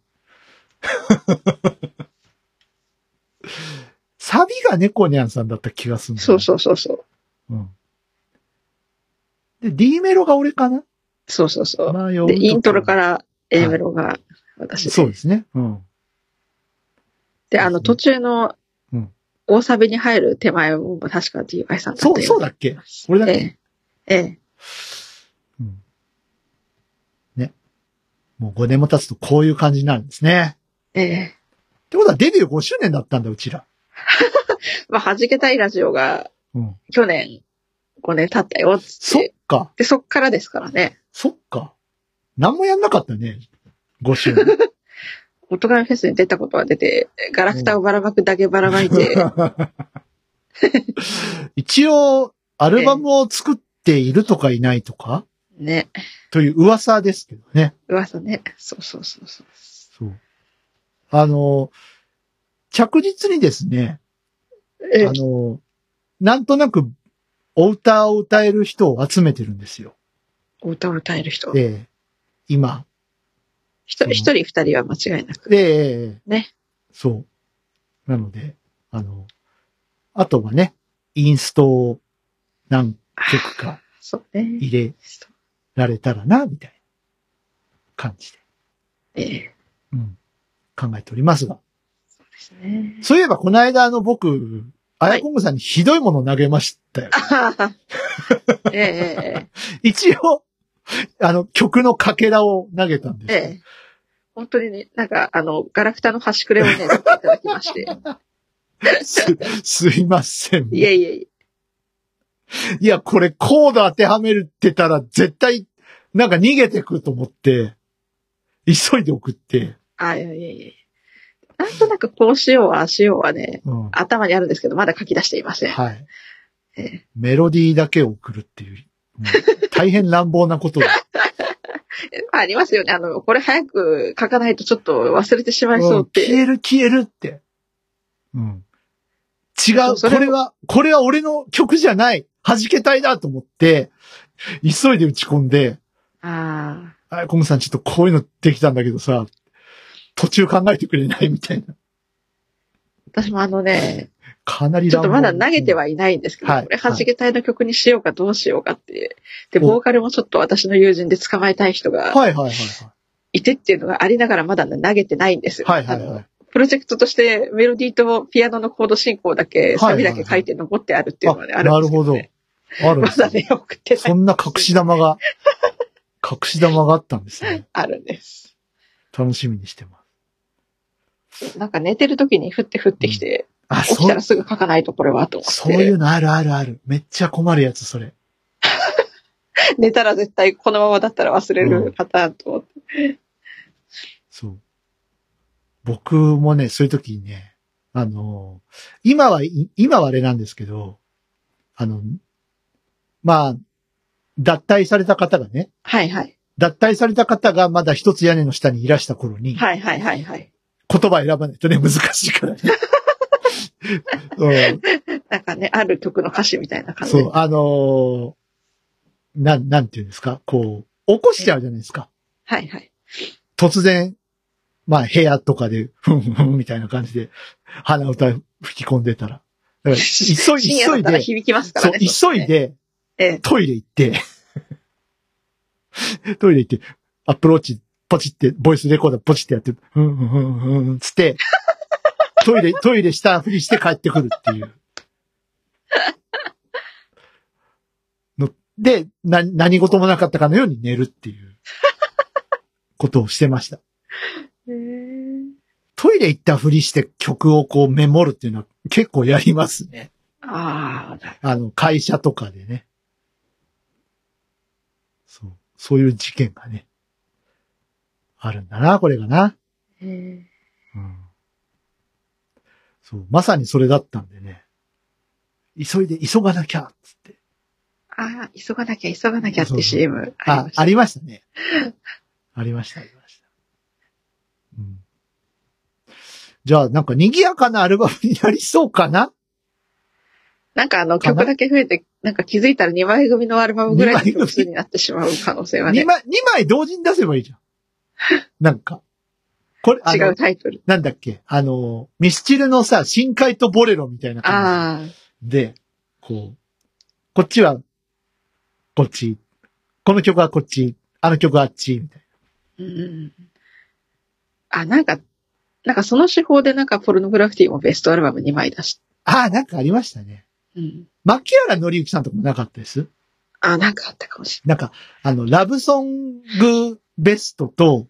[SPEAKER 2] サビが猫ニャンさんだった気がするんだよ
[SPEAKER 3] そうそうそうそう。
[SPEAKER 2] うん。で、D メロが俺かな
[SPEAKER 3] そうそうそう。
[SPEAKER 2] 迷う
[SPEAKER 3] で、
[SPEAKER 2] と
[SPEAKER 3] イントロからエメロが私で。
[SPEAKER 2] そうですね。うん。
[SPEAKER 3] で、あの、途中の
[SPEAKER 2] うん、
[SPEAKER 3] 大サビに入る手前も確か DY さんだった
[SPEAKER 2] そう、そう
[SPEAKER 3] だ。
[SPEAKER 2] だっけ俺だっけ、
[SPEAKER 3] ええ。ええ。
[SPEAKER 2] うん。ね。もう5年も経つとこういう感じになるんですね。
[SPEAKER 3] ええ。
[SPEAKER 2] ってことはデビュー5周年だったんだ、うちら。
[SPEAKER 3] まあ、弾けたいラジオが
[SPEAKER 2] うん。
[SPEAKER 3] 去年5年経ったよっつっ。
[SPEAKER 2] そってか。
[SPEAKER 3] で、そっからですからね。
[SPEAKER 2] そっか。何もやんなかったね。5周年。
[SPEAKER 3] オトガメフェスに出たことは出て、ガラクタをばらまくだけばらまいて、
[SPEAKER 2] <laughs> 一応、アルバムを作っているとかいないとか、
[SPEAKER 3] <laughs> ね。
[SPEAKER 2] という噂ですけどね。
[SPEAKER 3] 噂ね。そうそうそうそう。
[SPEAKER 2] そう。あの、着実にですね、あ
[SPEAKER 3] ええ
[SPEAKER 2] の、なんとなく、お歌を歌える人を集めてるんですよ。
[SPEAKER 3] お歌を歌える人。
[SPEAKER 2] で、今。
[SPEAKER 3] 一
[SPEAKER 2] う
[SPEAKER 3] 人
[SPEAKER 2] ん
[SPEAKER 3] 一人二人は間違いなく。
[SPEAKER 2] で、
[SPEAKER 3] ね。
[SPEAKER 2] そう。なので、あの、あとはね、インストを何曲か
[SPEAKER 3] そうね。
[SPEAKER 2] 入れられたらな、みたいな感じで、
[SPEAKER 3] ええ。
[SPEAKER 2] うん、考えておりますが。
[SPEAKER 3] ですね。 <laughs>
[SPEAKER 2] そういえば、この間、あの、僕、あやこんぐさんにひどいもの投げましたよ。
[SPEAKER 3] あははええ
[SPEAKER 2] 一応、あの、曲のかけらを投げたん
[SPEAKER 3] えええ
[SPEAKER 2] です。
[SPEAKER 3] え。本当にね、なんか、あの、ガラクタの端くれをね、撮っていただきま
[SPEAKER 2] <laughs>
[SPEAKER 3] して。
[SPEAKER 2] す、すいません。
[SPEAKER 3] いえいえいえ。
[SPEAKER 2] いや、これコード当てはめてたら絶対、なんか逃げてくと思って、急いで送って、
[SPEAKER 3] あ、いやいやいやなんとなくこうしようは、ああしようはね、
[SPEAKER 2] うん、
[SPEAKER 3] 頭にあるんですけど、まだ書き出していません。
[SPEAKER 2] はい
[SPEAKER 3] ええ。
[SPEAKER 2] メロディーだけを送るっていう、もう大変乱暴なことを。
[SPEAKER 3] まあ、ありますよね。あの、これ早く書かないとちょっと忘れて <laughs> しまいそううんっ
[SPEAKER 2] 消
[SPEAKER 3] て。
[SPEAKER 2] える消えるって。うん。違、
[SPEAKER 3] そううそ
[SPEAKER 2] こ
[SPEAKER 3] れ
[SPEAKER 2] れは、これは俺の曲じゃない。弾けたいだと思って、急いで打ち込んで、
[SPEAKER 3] あ
[SPEAKER 2] あ、コムさんちょっとこういうのできたんだけどさ、途中考えてくれないみたいな。
[SPEAKER 3] あ。私もあのね、
[SPEAKER 2] かなり
[SPEAKER 3] ちょ
[SPEAKER 2] 乱
[SPEAKER 3] っと
[SPEAKER 2] 暴
[SPEAKER 3] まだ投げてはいないんですけど、
[SPEAKER 2] はい
[SPEAKER 3] これ、はじけ隊の曲にしようかどうしようかって。で、
[SPEAKER 2] お
[SPEAKER 3] ボーカルもちょっと私の友人で捕まえたい人が
[SPEAKER 2] はいはいはいはい。
[SPEAKER 3] いてっていうのがありながらまだね投げてないんですよ。
[SPEAKER 2] はいはい
[SPEAKER 3] あ
[SPEAKER 2] は
[SPEAKER 3] の
[SPEAKER 2] い。
[SPEAKER 3] プロジェクトとしてメロディーとピアノのコード進行だけ、
[SPEAKER 2] はいはい
[SPEAKER 3] サ
[SPEAKER 2] はい
[SPEAKER 3] ビだけ書いて残ってあるっていうのがね、ある
[SPEAKER 2] なん
[SPEAKER 3] で
[SPEAKER 2] る
[SPEAKER 3] すけど、
[SPEAKER 2] ほど。
[SPEAKER 3] ね。
[SPEAKER 2] あるん
[SPEAKER 3] ま
[SPEAKER 2] です
[SPEAKER 3] だ
[SPEAKER 2] ね
[SPEAKER 3] ね、送ってない。
[SPEAKER 2] そんな隠し玉が、 <laughs> 隠し玉があったんですね。
[SPEAKER 3] あるんです。
[SPEAKER 2] 楽しみにしてます。
[SPEAKER 3] なんか寝てる時に降って降ってきて、
[SPEAKER 2] あ、
[SPEAKER 3] 起き
[SPEAKER 2] そ
[SPEAKER 3] た
[SPEAKER 2] う
[SPEAKER 3] ら、すぐ書かないとこれはと思って。
[SPEAKER 2] そういうのあるあるある。めっちゃ困るやつ、それ。
[SPEAKER 3] 寝たら絶対このままだったら忘れるパターンと思って。
[SPEAKER 2] そう。僕もね、そういう時にね、あの、今はい、今はあれなんですけど、あの、まあ、脱退された方がね、
[SPEAKER 3] はいはい。
[SPEAKER 2] 脱退された方がまだ一つ屋根の下にいらした頃に、
[SPEAKER 3] はいはいはいはい。
[SPEAKER 2] 言葉選ばないとね、難しい
[SPEAKER 3] <laughs>
[SPEAKER 2] からね。うん
[SPEAKER 3] なんかね、ある曲の歌詞みたいな感じ。
[SPEAKER 2] そう、あのーなん、なんていうんですか、こう、起こしちゃうじゃないですか。
[SPEAKER 3] はいはい。
[SPEAKER 2] 突然、まあ部屋とかで、ふんふんみたいな感じで、鼻歌吹き込んでたら。
[SPEAKER 3] <laughs>
[SPEAKER 2] だから急い、
[SPEAKER 3] 深夜
[SPEAKER 2] 急
[SPEAKER 3] だ
[SPEAKER 2] い
[SPEAKER 3] ったら
[SPEAKER 2] で、
[SPEAKER 3] 響きますか
[SPEAKER 2] そ
[SPEAKER 3] ら
[SPEAKER 2] う
[SPEAKER 3] ね。、
[SPEAKER 2] 急い
[SPEAKER 3] で。
[SPEAKER 2] で
[SPEAKER 3] ええ、
[SPEAKER 2] トイレ行って、トイレ行って、アプローチ、ポチって、ボイスレコーダーポチってやって、ふんふんふんふんふん、つって、トイレ、 <laughs> トイレしたふりして帰ってくるっていう。ので、な、何事もなかったかのように寝るっていう、ことをしてました。
[SPEAKER 3] へー
[SPEAKER 2] トイレ行ったふりして曲をこうメモるっていうのは結構やりますね。
[SPEAKER 3] ああ、
[SPEAKER 2] あの、会社とかでね。そう。そういう事件がね。あるんだな、これがな。
[SPEAKER 3] へー
[SPEAKER 2] うん。そう。まさにそれだったんでね。急いで、急がなきゃ、つって。
[SPEAKER 3] ああ、急がなきゃ急がなきゃっ
[SPEAKER 2] そうそう
[SPEAKER 3] て CM あり
[SPEAKER 2] あ
[SPEAKER 3] ま、した。
[SPEAKER 2] ありましたね。ありました、ありました。うん。じゃあ、なんか賑やかなアルバムになりそうかな
[SPEAKER 3] なんかあの
[SPEAKER 2] かな
[SPEAKER 3] 曲だけ増えて、なんか気づいたら2枚組のアルバムぐらい
[SPEAKER 2] 二枚
[SPEAKER 3] の
[SPEAKER 2] 組
[SPEAKER 3] 曲数になってしまう可能性は
[SPEAKER 2] 二
[SPEAKER 3] ね、
[SPEAKER 2] 枚、二枚同時に出せばいいじゃん。なんか。これ、あ
[SPEAKER 3] 違
[SPEAKER 2] の
[SPEAKER 3] う、タイトル。
[SPEAKER 2] なんだっけ、あの、ミスチルのさ、深海とボレロみたいな感
[SPEAKER 3] ああ、
[SPEAKER 2] じで、こう、こっちは、こっち、この曲はこっち、あの曲はあっち、みたい
[SPEAKER 3] うん。あ、なんか、なんかその手法でなんかポルノグラフィティもベストアルバム2枚出し、
[SPEAKER 2] な。ああ、なんかありましたね。
[SPEAKER 3] うん。
[SPEAKER 2] 牧原の之さんとかもなかったです。
[SPEAKER 3] あ、なんかあったかもし
[SPEAKER 2] なんか、あの、ラブソングベストと、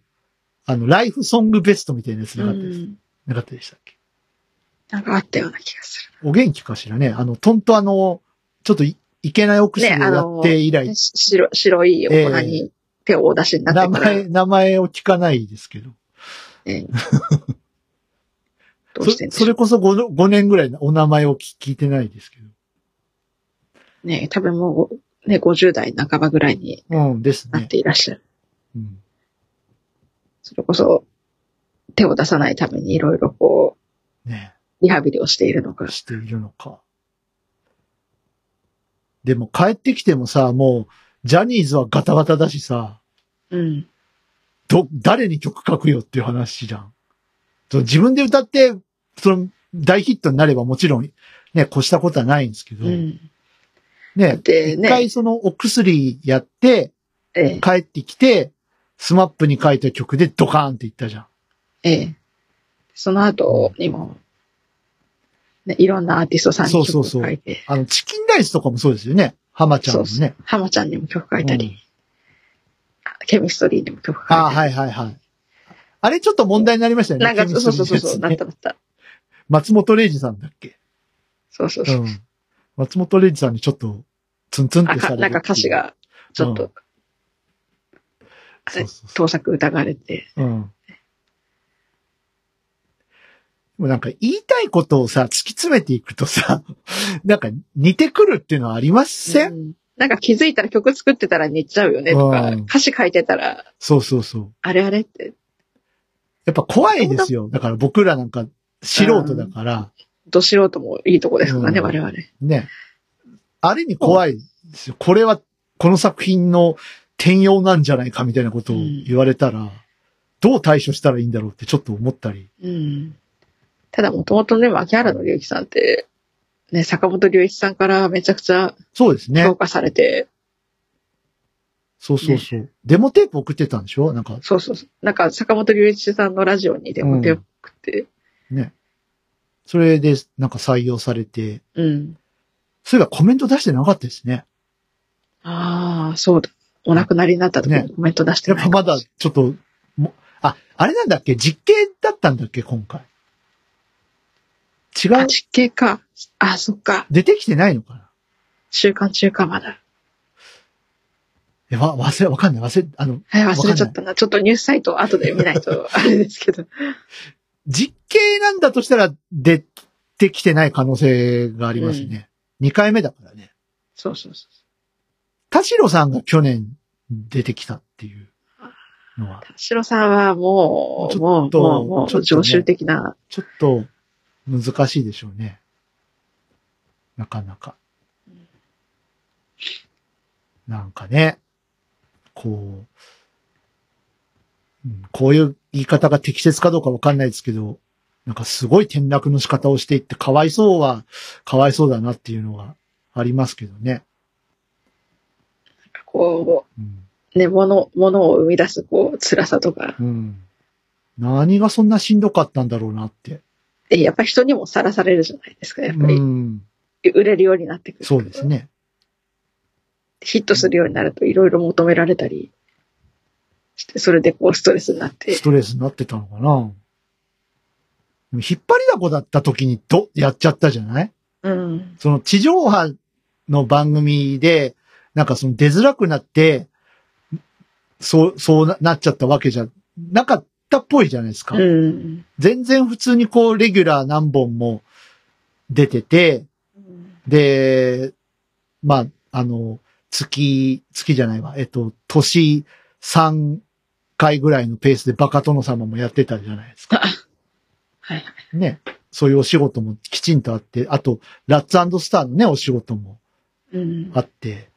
[SPEAKER 2] あの、ライフソングベストみたいなやつ
[SPEAKER 3] れ
[SPEAKER 2] な
[SPEAKER 3] な
[SPEAKER 2] か
[SPEAKER 3] い。
[SPEAKER 2] ったです。
[SPEAKER 3] うん。
[SPEAKER 2] なかったでしたっけ
[SPEAKER 3] なんかあったような気がす
[SPEAKER 2] お元気かしらね。あの、とんとあの、ちょっといいけないお薬を
[SPEAKER 3] ねあ
[SPEAKER 2] や
[SPEAKER 3] の
[SPEAKER 2] って以
[SPEAKER 3] る。
[SPEAKER 2] 来、
[SPEAKER 3] ねし白、白い大人に手をお出しにな
[SPEAKER 2] 名
[SPEAKER 3] ってから、
[SPEAKER 2] 前、名前を聞かないですけど。
[SPEAKER 3] ええどう
[SPEAKER 2] そ
[SPEAKER 3] してん
[SPEAKER 2] れ
[SPEAKER 3] でし
[SPEAKER 2] そ
[SPEAKER 3] ょ
[SPEAKER 2] れ
[SPEAKER 3] う
[SPEAKER 2] こそ 5, 5年ぐらいのお名前を聞聞いてないですけ
[SPEAKER 3] ね。多分もう、ね、50代半ばぐらいに
[SPEAKER 2] ど。うんです
[SPEAKER 3] なっ
[SPEAKER 2] ね。
[SPEAKER 3] ていらっしゃる。
[SPEAKER 2] うん、
[SPEAKER 3] それこそ、手を出さないためにいろいろこ
[SPEAKER 2] ね
[SPEAKER 3] う、リハビリをしているのか。
[SPEAKER 2] しているのか。でも帰ってきてもさ、もう、ジャニーズはガタガタだしさ、
[SPEAKER 3] うん。
[SPEAKER 2] ど、誰に曲書くよっていう話じゃん。そう自分で歌って、その、大ヒットになればもちろん、ね、越したことはないんですけど、
[SPEAKER 3] うん。
[SPEAKER 2] ね、
[SPEAKER 3] で
[SPEAKER 2] 一回
[SPEAKER 3] ね、
[SPEAKER 2] そのお薬やって、
[SPEAKER 3] ええ、
[SPEAKER 2] 帰ってきて、スマップに書いた曲でドカーンっていったじゃん。
[SPEAKER 3] ええ。その後にも、ね、いろんなアーティストさんに
[SPEAKER 2] そう
[SPEAKER 3] 曲
[SPEAKER 2] そう
[SPEAKER 3] を
[SPEAKER 2] そう
[SPEAKER 3] 書いて、
[SPEAKER 2] あの、チキンライスとかもそうですよね。浜ちゃんも
[SPEAKER 3] そう
[SPEAKER 2] ね。
[SPEAKER 3] 浜ちゃんにも曲書いた
[SPEAKER 2] う
[SPEAKER 3] り
[SPEAKER 2] ん、
[SPEAKER 3] ケミストリーにも曲書い
[SPEAKER 2] ああ、
[SPEAKER 3] た
[SPEAKER 2] はいはいはい。あれちょっと問題になりましたよ
[SPEAKER 3] り。
[SPEAKER 2] ね。
[SPEAKER 3] なんか、
[SPEAKER 2] ケ
[SPEAKER 3] そう
[SPEAKER 2] ミス
[SPEAKER 3] そ
[SPEAKER 2] ト
[SPEAKER 3] う
[SPEAKER 2] リー
[SPEAKER 3] そうそう、
[SPEAKER 2] の
[SPEAKER 3] な
[SPEAKER 2] や
[SPEAKER 3] っ
[SPEAKER 2] つね
[SPEAKER 3] たなった。
[SPEAKER 2] 松本零士さんだっけ
[SPEAKER 3] そうそう
[SPEAKER 2] う
[SPEAKER 3] そう。
[SPEAKER 2] ん。松本零士さんにちょっと、ツンツンっ
[SPEAKER 3] あ
[SPEAKER 2] てされ
[SPEAKER 3] か
[SPEAKER 2] る。
[SPEAKER 3] なんか歌詞。が、ちょっ
[SPEAKER 2] うん
[SPEAKER 3] と、あ
[SPEAKER 2] そうそうそ
[SPEAKER 3] 盗作疑われて、
[SPEAKER 2] う。うん。でもなんか言いたいことをさ、突き詰めていくとさ、 <laughs> なんか似てくるっていうのはありません、
[SPEAKER 3] うんなんか気づいたら曲作ってたら似ちゃうよねとか、
[SPEAKER 2] うん
[SPEAKER 3] 歌詞書いてたら、
[SPEAKER 2] そうそうそう。
[SPEAKER 3] あれあれって、
[SPEAKER 2] やっぱ怖いですよ。だから僕らなんか素人だから、
[SPEAKER 3] ど素人もいいとこですからね、
[SPEAKER 2] うん
[SPEAKER 3] 我々。
[SPEAKER 2] ね。ある意味怖いですよ。これは、この作品の転用なんじゃないかみたいなことを言われたら、どう対処したらいいんだろうってちょっと思ったり。
[SPEAKER 3] うん。ただ、もともとね、牧原の隆一さんって、ね、坂本龍一さんからめちゃくちゃ
[SPEAKER 2] そうですね
[SPEAKER 3] 評。価されて、
[SPEAKER 2] そうそうそう。デモテープ送ってたんでしょなんか、
[SPEAKER 3] そうそうそう。なんか、坂本龍一さんのラジオにでも出送って、
[SPEAKER 2] それでなんか採用されて、
[SPEAKER 3] うん。
[SPEAKER 2] そういえばコメント出してなかったですね。
[SPEAKER 3] ああ、そうだ。お亡くなりになった時
[SPEAKER 2] ね
[SPEAKER 3] にコメント出して
[SPEAKER 2] やっ
[SPEAKER 3] ない
[SPEAKER 2] ぱ
[SPEAKER 3] か
[SPEAKER 2] ま
[SPEAKER 3] もしれな
[SPEAKER 2] だ
[SPEAKER 3] い、
[SPEAKER 2] ちょっと、もあ、あれなんだっけ実験だったんだっけ今回。違
[SPEAKER 3] あ、
[SPEAKER 2] う、
[SPEAKER 3] 地形か。あ、そっか。
[SPEAKER 2] 出てきてないのかな
[SPEAKER 3] 週刊中かまだ。
[SPEAKER 2] え、わ、忘れ、わかんない。忘れ、あの、
[SPEAKER 3] はい、忘れちゃったな。ちょっとニュースサイトを後で見な
[SPEAKER 2] <laughs>
[SPEAKER 3] いと、あれですけど。
[SPEAKER 2] 実刑なんだとしたら出てきてない可能性がありますね。2回目だからね。
[SPEAKER 3] そうそうそ
[SPEAKER 2] 田代さんが去年出てきたっていうのは
[SPEAKER 3] う。、田代さんはもう、
[SPEAKER 2] ち
[SPEAKER 3] も
[SPEAKER 2] ょ
[SPEAKER 3] う
[SPEAKER 2] っ、と
[SPEAKER 3] もう、も
[SPEAKER 2] ちょっと
[SPEAKER 3] う、
[SPEAKER 2] ね
[SPEAKER 3] 常習的な。
[SPEAKER 2] ちょっと難しいでしょうね。なかなか。なんかね、こう、うんこういう言い方が適切かどうかわかんないですけど、なんかすごい転落の仕方をしていって、かわいそうは、かわいそうだなっていうのはありますけどね。
[SPEAKER 3] こ
[SPEAKER 2] うん
[SPEAKER 3] う、ね、もの、ものを生み出す、こう、辛さとか。
[SPEAKER 2] うん。何がそんなしんどかったんだろうなって。
[SPEAKER 3] で、やっぱ人にもさらされるじゃないですか。やっぱ
[SPEAKER 2] う
[SPEAKER 3] り、
[SPEAKER 2] ん。
[SPEAKER 3] 売れるようになってくる。
[SPEAKER 2] そうです。ね。
[SPEAKER 3] ヒットするようになると、いろいろ求められたりして、それでこう、ストレスになって
[SPEAKER 2] ス。トレスになってたのかな。でも引っ張りだこだった時にど、やっちゃったじゃない
[SPEAKER 3] うん。
[SPEAKER 2] その地上波の番組で、なんかその出づらくなって、そう、そうななっちゃったわけじゃなかったっぽいじゃないですか。
[SPEAKER 3] うん。
[SPEAKER 2] 全然普通にこう、レギュラー何本も出てて、で、まあ、あの、月、月じゃないわ。えっと、年3回ぐらいのペースでバカ殿様もやってたじゃないですか。
[SPEAKER 3] はい。
[SPEAKER 2] ね。そういうお仕事もきちんとあって、あと、ラッツスターのね、お仕事も
[SPEAKER 3] うん
[SPEAKER 2] あ。って、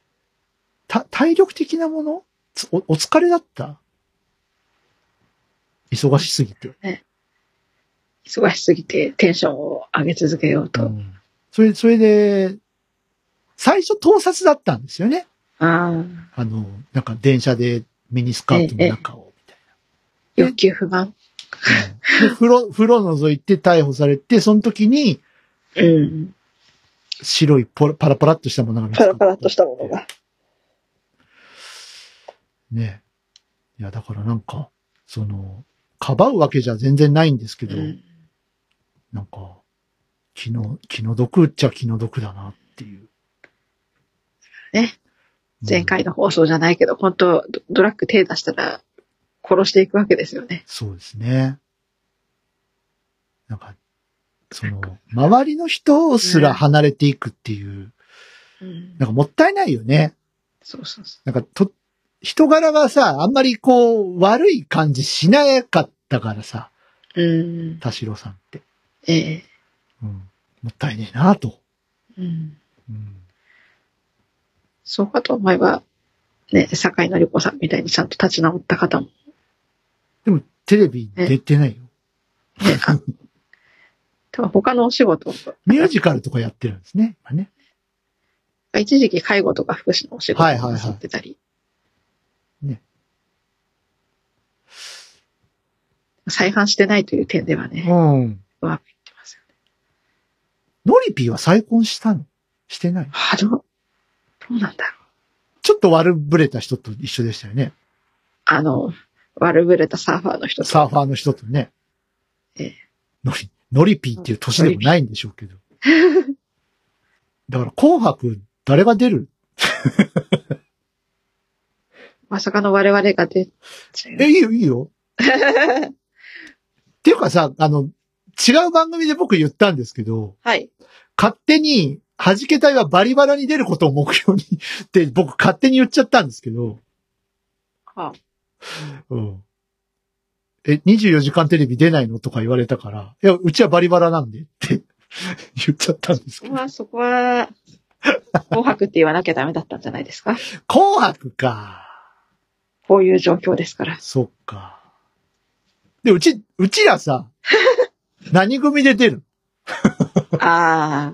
[SPEAKER 2] た、体力的なものつおお疲れだった忙しすぎて。
[SPEAKER 3] 忙しすぎて、テンションを上げ続けよう
[SPEAKER 2] う
[SPEAKER 3] と。
[SPEAKER 2] んそれ、それで、最初盗撮だったんですよね。
[SPEAKER 3] ああ、
[SPEAKER 2] あの、なんか電車でミニスカートの中を、みたい
[SPEAKER 3] 欲求不満。
[SPEAKER 2] な。で風呂、風呂覗いて逮捕されて、その時に
[SPEAKER 3] うん。
[SPEAKER 2] 白いポラパラパラっとしたものが見つか
[SPEAKER 3] パ
[SPEAKER 2] っ
[SPEAKER 3] ラパラっとしたものが。
[SPEAKER 2] ね。いや、だからなんか、その、かばうわけじゃ全然ないんですけど、
[SPEAKER 3] うん
[SPEAKER 2] なんか、気の、気の毒っちゃ気の毒だなっていう。
[SPEAKER 3] ね。
[SPEAKER 2] うん
[SPEAKER 3] 前回の放送じゃないけど、本当ドドラッグ手出したら殺していくわけですよね。
[SPEAKER 2] そうですね。なんか、その、周りの人すら離れていくっていう、
[SPEAKER 3] うん
[SPEAKER 2] なんかもったいないよね。
[SPEAKER 3] そうそうそ
[SPEAKER 2] なんか、と、人柄がさ、あんまりこう、悪い感じしなかったからさ、
[SPEAKER 3] う。うん。
[SPEAKER 2] 田代さんって。
[SPEAKER 3] ええ
[SPEAKER 2] うん。もったいねえなと。
[SPEAKER 3] うん。
[SPEAKER 2] うん。
[SPEAKER 3] そうかと思えば、ね、坂井のり子さんみたいにちゃんと立ち直った方も、
[SPEAKER 2] でも、テレビ出てないよ。
[SPEAKER 3] ね、あ多分他のお仕事も、
[SPEAKER 2] ミュージカルとかやってるんですね。今ね。
[SPEAKER 3] 一時期介護とか福祉のお仕事
[SPEAKER 2] はいはいはい
[SPEAKER 3] もなさってたり。
[SPEAKER 2] ね
[SPEAKER 3] 再犯してないという点ではね、
[SPEAKER 2] うん。
[SPEAKER 3] うまくいってますよね。
[SPEAKER 2] ノリピーは再婚したのしてない
[SPEAKER 3] あどう、どうなんだろう。
[SPEAKER 2] ちょっと悪ぶれた人と一緒でしたよね。
[SPEAKER 3] あの、悪ぶれたサーファーの人と
[SPEAKER 2] サーファーの人とね。
[SPEAKER 3] ええ
[SPEAKER 2] ノリ、ノリピーっていう年でもないんでしょうけ
[SPEAKER 3] <laughs>
[SPEAKER 2] ど。だから、紅白、誰が出る
[SPEAKER 3] まさかの我々が出ちゃう。
[SPEAKER 2] え、いいよ、いい
[SPEAKER 3] <laughs>
[SPEAKER 2] よ。っていうかさ、あの、違う番組で僕言ったんですけど、
[SPEAKER 3] はい。
[SPEAKER 2] 勝手に、弾け隊はバリバラに出ることを目標にって僕勝手に言っちゃったんですけど、
[SPEAKER 3] あ
[SPEAKER 2] うん。え、24時間テレビ出ないのとか言われたから、いや、うちはバリバラなんでって <laughs> 言っちゃったんですけど。
[SPEAKER 3] まあそこは、 <laughs> 紅白って言わなきゃダメだったんじゃないですか。
[SPEAKER 2] 紅白か。
[SPEAKER 3] こういう状況ですから。
[SPEAKER 2] そっか。で、うち、うちらさ、何組で出る
[SPEAKER 3] あ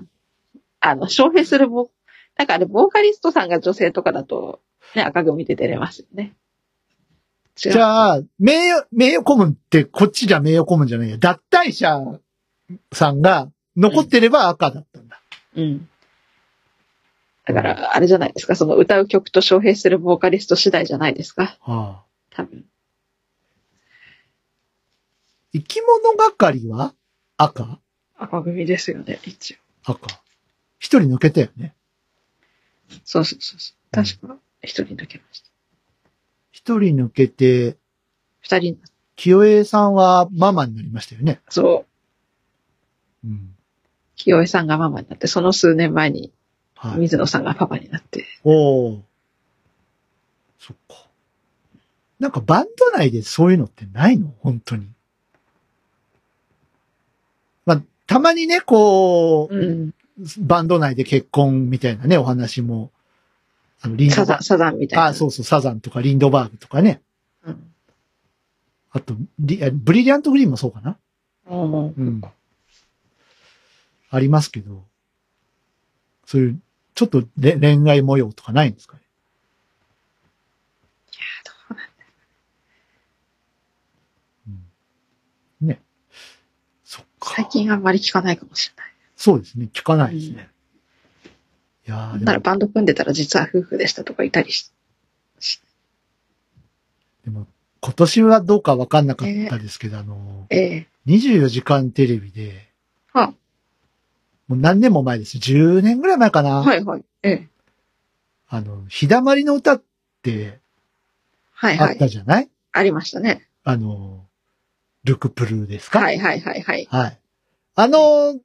[SPEAKER 3] あ。あの、招聘するボ、なんかあれ、ボーカリストさんが女性とかだと、ね、赤組で出れますよね。違う。
[SPEAKER 2] じゃあ、名誉、名誉顧問って、こっちじゃ名誉顧問じゃないや。脱退者さんが残ってれば赤だったんだ。
[SPEAKER 3] うん。だから、あれじゃないですか、その歌う曲と招聘するボーカリスト次第じゃないですか。
[SPEAKER 2] はあ、
[SPEAKER 3] 多分。
[SPEAKER 2] 生き物係は赤
[SPEAKER 3] 赤組ですよね、一応。
[SPEAKER 2] 赤。一人抜けたよね。
[SPEAKER 3] そうそうそうそう。確か、一人抜けました。
[SPEAKER 2] 一人抜けて、
[SPEAKER 3] 二人、
[SPEAKER 2] 清江さんはママになりましたよね。
[SPEAKER 3] そう、
[SPEAKER 2] うん。
[SPEAKER 3] 清江さんがママになって、その数年前に
[SPEAKER 2] はい。
[SPEAKER 3] 水野さんがパパになって。
[SPEAKER 2] おーそっか。なんかバンド内でそういうのってないの本当に。まあ、たまにね、こう、
[SPEAKER 3] うん。
[SPEAKER 2] バンド内で結婚みたいなね、お話も、あの、リン
[SPEAKER 3] サ
[SPEAKER 2] ド
[SPEAKER 3] ザ
[SPEAKER 2] バ
[SPEAKER 3] ン、サザンみたいな。
[SPEAKER 2] あ、そうそう、サザンとかリンドバーグとかね。
[SPEAKER 3] うん。
[SPEAKER 2] あと、リあブリリアントグリーンもそうかな。
[SPEAKER 3] うん。
[SPEAKER 2] うん。ありますけど、そういう、ちょっとれ恋愛模様とかないんですかね。うんね。そっか。
[SPEAKER 3] 最近あんまり聞かないかもしれない。
[SPEAKER 2] そうですね。聞かないですね。いや
[SPEAKER 3] な
[SPEAKER 2] ー
[SPEAKER 3] ん
[SPEAKER 2] で
[SPEAKER 3] な
[SPEAKER 2] も
[SPEAKER 3] らバンド組んでたら実は夫婦でしたとかいたりし
[SPEAKER 2] でも、今年はどうかわかんなかったですけど、あの、
[SPEAKER 3] ええ
[SPEAKER 2] 24時間テレビで、
[SPEAKER 3] は
[SPEAKER 2] もう何年も前です。10年ぐらい前かな。
[SPEAKER 3] はいはい。ええ
[SPEAKER 2] あの、日だまりの歌って
[SPEAKER 3] はい
[SPEAKER 2] あ
[SPEAKER 3] は
[SPEAKER 2] っ
[SPEAKER 3] い。
[SPEAKER 2] たじゃない、
[SPEAKER 3] ありましたね。
[SPEAKER 2] あの、ルクプルですか
[SPEAKER 3] はいはいはいはい。
[SPEAKER 2] はい。あの、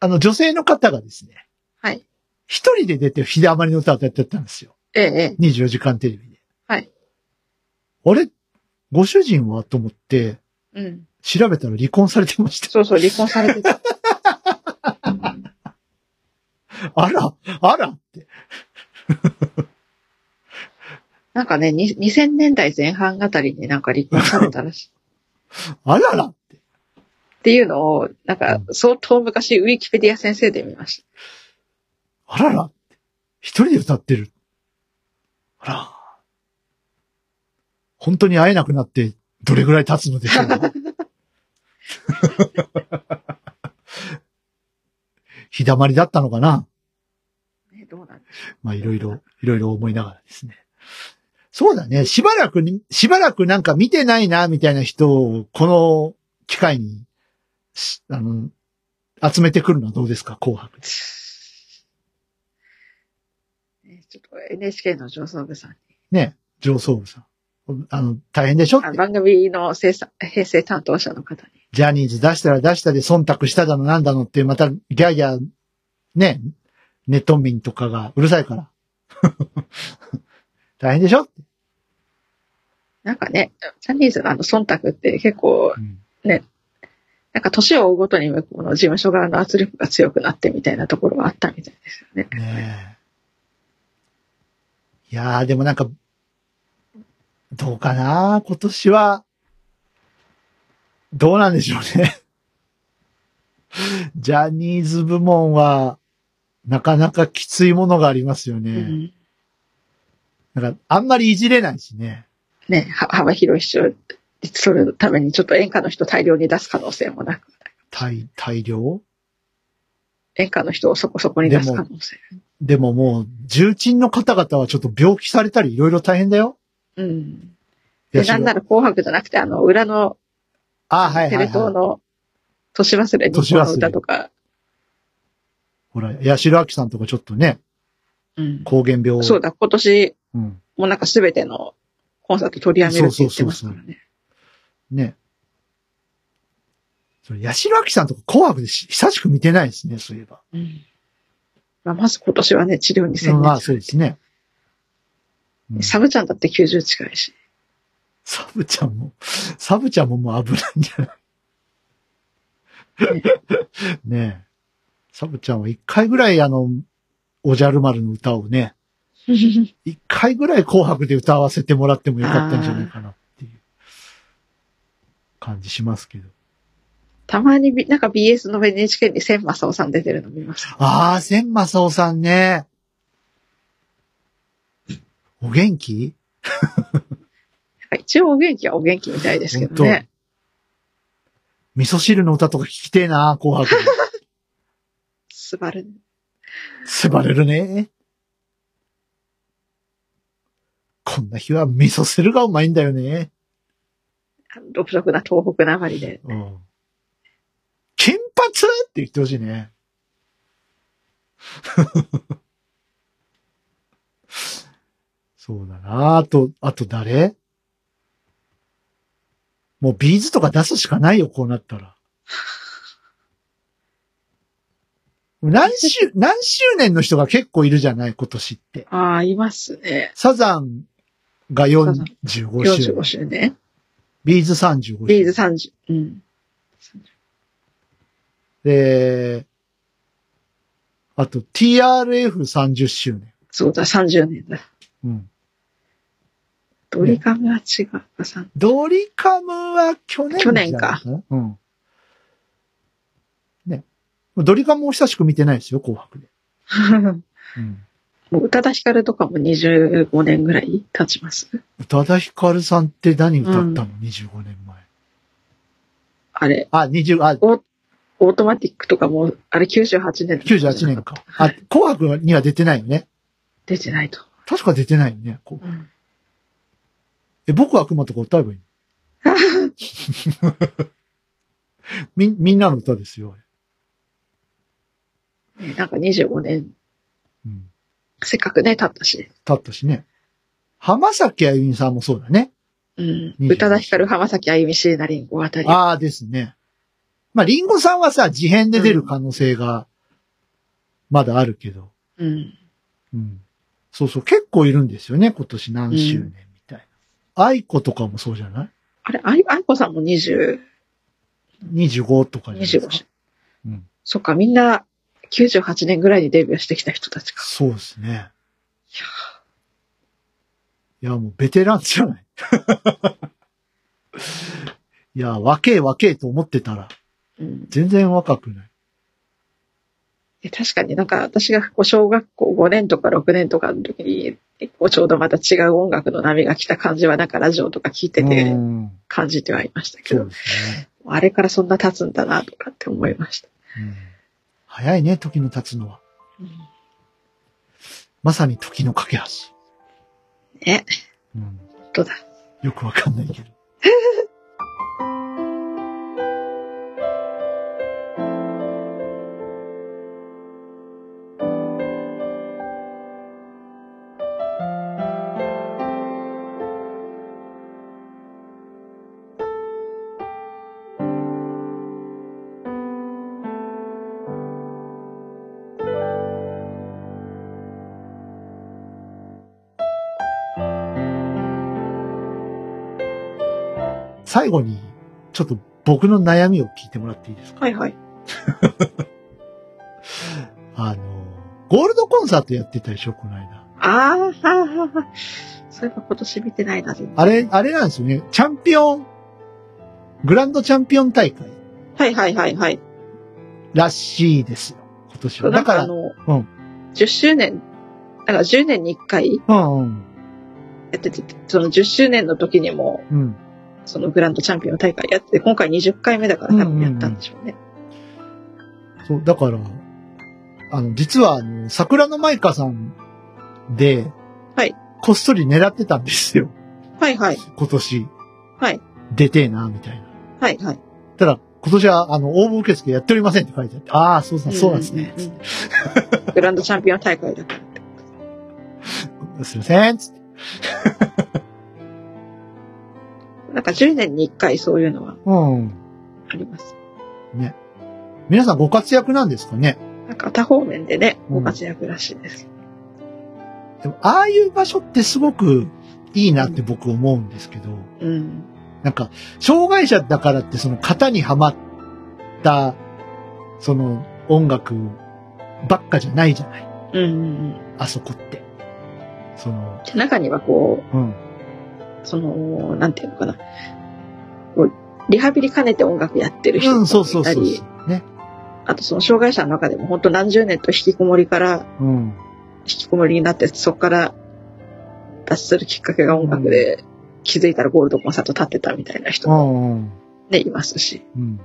[SPEAKER 2] あの、女性の方がですね、
[SPEAKER 3] はい。
[SPEAKER 2] 一人で出て日だまりの歌を歌ってたんですよ。
[SPEAKER 3] ええええ
[SPEAKER 2] 24時間テレビで。
[SPEAKER 3] はい。
[SPEAKER 2] あれご主人はと思って、
[SPEAKER 3] うん。
[SPEAKER 2] 調べたら離婚されてました。
[SPEAKER 3] そうそう、離婚され
[SPEAKER 2] <laughs>
[SPEAKER 3] てた。
[SPEAKER 2] あら、あらって。
[SPEAKER 3] なんかね、に2000年代前半あたりになんか離婚された
[SPEAKER 2] <laughs>
[SPEAKER 3] らしい。
[SPEAKER 2] あららって。
[SPEAKER 3] っていうのを、なんか、相当昔、ウィキペディア先生で見ました。
[SPEAKER 2] あららって。一人で歌ってる。あら。本当に会えなくなって、どれぐらい経つのでしょうか。 <laughs> 日だまりだったのかな
[SPEAKER 3] ね、どうなんでし
[SPEAKER 2] まあ、いろいろ、いろいろ思いながらですね。そうだね。しばらくに、しばらくなんか見てないな、みたいな人を、この機会に、しあの、集めてくるのはどうですか紅白。
[SPEAKER 3] ょうね。ちょっと NHK の上層部さんに
[SPEAKER 2] ね。上層部さん。あの、大変でしょって <laughs>
[SPEAKER 3] あ。番組の制作編成担当者の方に。
[SPEAKER 2] ジャニーズ出したら出したで忖度しただのなんだのって、またギャーギャー、ね、ネット民とかがうるさいから。 <laughs> 大変でしょ、
[SPEAKER 3] なんかね、ジャニーズのあの忖度って結構、なんか年を追うごとに向こうの事務所側の圧力が強くなってみたいなところはあったみたいですよね。
[SPEAKER 2] ねえ。いやー、でもなんか、どうかな今年は、どうなんでしょうね。 <laughs> ジャニーズ部門は、なかなかきついものがありますよね。
[SPEAKER 3] うん
[SPEAKER 2] なんか、あんまりいじれないしね。
[SPEAKER 3] ね、は幅広い視聴率取るためにちょっと演歌の人大量に出す可能性もなく、
[SPEAKER 2] 大、大量
[SPEAKER 3] 演歌の人をそこそこに出す可能性。
[SPEAKER 2] でももう、重鎮の方々はちょっと病気されたりいろいろ大変だよ。
[SPEAKER 3] うん。
[SPEAKER 2] い
[SPEAKER 3] で、
[SPEAKER 2] や
[SPEAKER 3] なんなら紅白じゃなくて、あの、裏の、
[SPEAKER 2] あ、はい
[SPEAKER 3] テ
[SPEAKER 2] はい、
[SPEAKER 3] レ東
[SPEAKER 2] はい。
[SPEAKER 3] の、年忘れ、日本の歌とか、
[SPEAKER 2] ほら、八代亜紀さんとかちょっとね、
[SPEAKER 3] うん
[SPEAKER 2] 抗原病。
[SPEAKER 3] そうだ、今年、
[SPEAKER 2] うん。
[SPEAKER 3] もうなんかすべてのコンサート取りやめるって言ってますからね。
[SPEAKER 2] ね。それ、八代亜紀さんとか紅白でし久しく見てないですね、そういえば。
[SPEAKER 3] うんまあ、まず今年はね、治療に専
[SPEAKER 2] ま
[SPEAKER 3] 念
[SPEAKER 2] あ、
[SPEAKER 3] す
[SPEAKER 2] そう
[SPEAKER 3] る
[SPEAKER 2] で。すね。うん
[SPEAKER 3] サブちゃんだって90近いし。
[SPEAKER 2] <laughs> サブちゃんも、サブちゃんももう危ないんじゃない <laughs> ねえ。サブちゃんは一回ぐらいあの、おじゃる丸の歌をね、一回ぐらい紅白で歌わせてもらってもよかったんじゃないかなっていう感じしますけど。
[SPEAKER 3] たまにび、なんか BS の NHK に千正夫さん出てるの見ました。
[SPEAKER 2] ああ、千正夫さんね。お元気
[SPEAKER 3] なんか一応お元気はお元気みたいですけどね。
[SPEAKER 2] 味噌汁の歌とか聞きてえな、紅
[SPEAKER 3] <laughs>
[SPEAKER 2] 白。
[SPEAKER 3] すばる。
[SPEAKER 2] すばれるね。こんな日は味噌汁がうまいんだよね。
[SPEAKER 3] 独特な東北なまりで。
[SPEAKER 2] うん。金髪って言ってほしいね。そうだなあと、あと誰もうビーズとか出すしかないよ、こうなったら。何
[SPEAKER 3] <laughs>
[SPEAKER 2] 周、何周年の人が結構いるじゃない、今年って。
[SPEAKER 3] ああ、いますね。
[SPEAKER 2] サザンが45周
[SPEAKER 3] 45
[SPEAKER 2] 年。
[SPEAKER 3] 周ね。
[SPEAKER 2] ビーズ35周年。
[SPEAKER 3] ビーズ30。うん。
[SPEAKER 2] で、あと TRF30 周年。
[SPEAKER 3] そうだ、30年だ。
[SPEAKER 2] うん。
[SPEAKER 3] ドリカムは違うか、3
[SPEAKER 2] <laughs> ドリカムは去年
[SPEAKER 3] 去年か
[SPEAKER 2] じゃないな。うん。ね。ドリカムも久しく見てないですよ、紅白で。うん。
[SPEAKER 3] もう宇多田ヒカルとかも25年ぐらい経ちます。
[SPEAKER 2] 宇多田ヒカルさんって何歌ったの、?25 年前。
[SPEAKER 3] あれ、
[SPEAKER 2] あ、20、あ、
[SPEAKER 3] オーオートマティックとかも、あれ98年。
[SPEAKER 2] 98年か。あ、紅白には出てないよね。
[SPEAKER 3] 出てないと。
[SPEAKER 2] 確か出てないよね。こうえ、僕は悪魔とか歌えばいい
[SPEAKER 3] <laughs>
[SPEAKER 2] のみ、みんなの歌ですよ。
[SPEAKER 3] ねなんか25年、
[SPEAKER 2] うん。
[SPEAKER 3] せっかくね、経ったし。
[SPEAKER 2] だったしね。浜崎あゆみさんもそうだね。
[SPEAKER 3] うん。
[SPEAKER 2] 25
[SPEAKER 3] 宇多田ヒカル、浜崎あゆみ、椎名林檎あたり。
[SPEAKER 2] ああですね。まあ、リンゴさんはさ、事変で出る可能性が、まだあるけど。
[SPEAKER 3] うん。
[SPEAKER 2] うん。そうそう、結構いるんですよね、今年何周年みたいな。愛子とかもそうじゃない
[SPEAKER 3] あれ、あいあいこさんも20、
[SPEAKER 2] ?25 とかじゃないです
[SPEAKER 3] 25
[SPEAKER 2] か。
[SPEAKER 3] 年。
[SPEAKER 2] うん。
[SPEAKER 3] そっか、みんな98年ぐらいにデビューしてきた人たちか。
[SPEAKER 2] そうですね。いや、もうベテランじゃない。 <laughs> いや、若え若えと思ってたら、
[SPEAKER 3] うん。
[SPEAKER 2] 全然若くない。
[SPEAKER 3] で確かになんか私がこう小学校5年とか6年とかの時に、こうちょうどまた違う音楽の波が来た感じはなんかラジオとか聞いて
[SPEAKER 2] う
[SPEAKER 3] て
[SPEAKER 2] ん
[SPEAKER 3] 感じてはいましたけ
[SPEAKER 2] そ
[SPEAKER 3] ど
[SPEAKER 2] う、ですね。
[SPEAKER 3] あれからそんな経つんだなとかって思いました。
[SPEAKER 2] うん早いね、時の経つのは。まさに時の架け橋。
[SPEAKER 3] ね、
[SPEAKER 2] うん、
[SPEAKER 3] 本当だ。
[SPEAKER 2] よくわかんないけど。最後に、ちょっと僕の悩みを聞いてもらっていいですか
[SPEAKER 3] はいはい。
[SPEAKER 2] あの、ゴールドコンサートやってたでしょ、この間。
[SPEAKER 3] ああ、はあはあはあ。そういえば今年見てないな、全然
[SPEAKER 2] あれ、あれなんですよね。チャンピオン、グランドチャンピオン大会
[SPEAKER 3] はいはいはいはい。
[SPEAKER 2] らしいですよ、今年は。
[SPEAKER 3] な
[SPEAKER 2] だ
[SPEAKER 3] んか
[SPEAKER 2] か
[SPEAKER 3] あ
[SPEAKER 2] ら、
[SPEAKER 3] の、
[SPEAKER 2] うん
[SPEAKER 3] 10周年、だから10年に1回
[SPEAKER 2] うんうん、
[SPEAKER 3] やってて、その10周年の時にも、
[SPEAKER 2] うん。
[SPEAKER 3] そのグランドチャンピオン大会やって、今回20回目だから多分やったんでしょうね。
[SPEAKER 2] そう、だから、あの、実は、あの、桜の舞香さんで、
[SPEAKER 3] はい。
[SPEAKER 2] こっそり狙ってたんですよ。
[SPEAKER 3] はいはい。
[SPEAKER 2] 今年。
[SPEAKER 3] はい。
[SPEAKER 2] 出てえな、みたいな。
[SPEAKER 3] はいはい。
[SPEAKER 2] ただ、今年は、あの、応募受付やっておりませんって書いてあって、ああ、そうなんそうなんですね。
[SPEAKER 3] うん。グランドチャンピオン大会だから。
[SPEAKER 2] すいません、つって。
[SPEAKER 3] なんか10年に1回そういうのは
[SPEAKER 2] うん。
[SPEAKER 3] あります。
[SPEAKER 2] 皆さんご活躍なんですかね
[SPEAKER 3] なんか他方面でね、
[SPEAKER 2] うん
[SPEAKER 3] ご活躍らしいです。
[SPEAKER 2] でも、ああいう場所ってすごくいいなって僕思うんですけど、
[SPEAKER 3] うん。
[SPEAKER 2] なんか、障害者だからってその型にはまった、その音楽ばっかじゃないじゃない
[SPEAKER 3] うんうん
[SPEAKER 2] あそこって。その、
[SPEAKER 3] うん。中にはこ
[SPEAKER 2] うん。
[SPEAKER 3] う、その、なんていうのかな。こうリハビリ兼ねて音楽やってる人
[SPEAKER 2] う
[SPEAKER 3] も
[SPEAKER 2] ん、そうそ
[SPEAKER 3] いうた
[SPEAKER 2] そう
[SPEAKER 3] り
[SPEAKER 2] そ、う。ね。
[SPEAKER 3] あとその障害者の中でも本当何十年と引きこもりから
[SPEAKER 2] うん。
[SPEAKER 3] 引きこもりになって、そこから脱出するきっかけが音楽で、気づいたらゴールドコンサート立ってたみたいな人
[SPEAKER 2] う
[SPEAKER 3] も
[SPEAKER 2] んうん。
[SPEAKER 3] ね、いますし、
[SPEAKER 2] うん。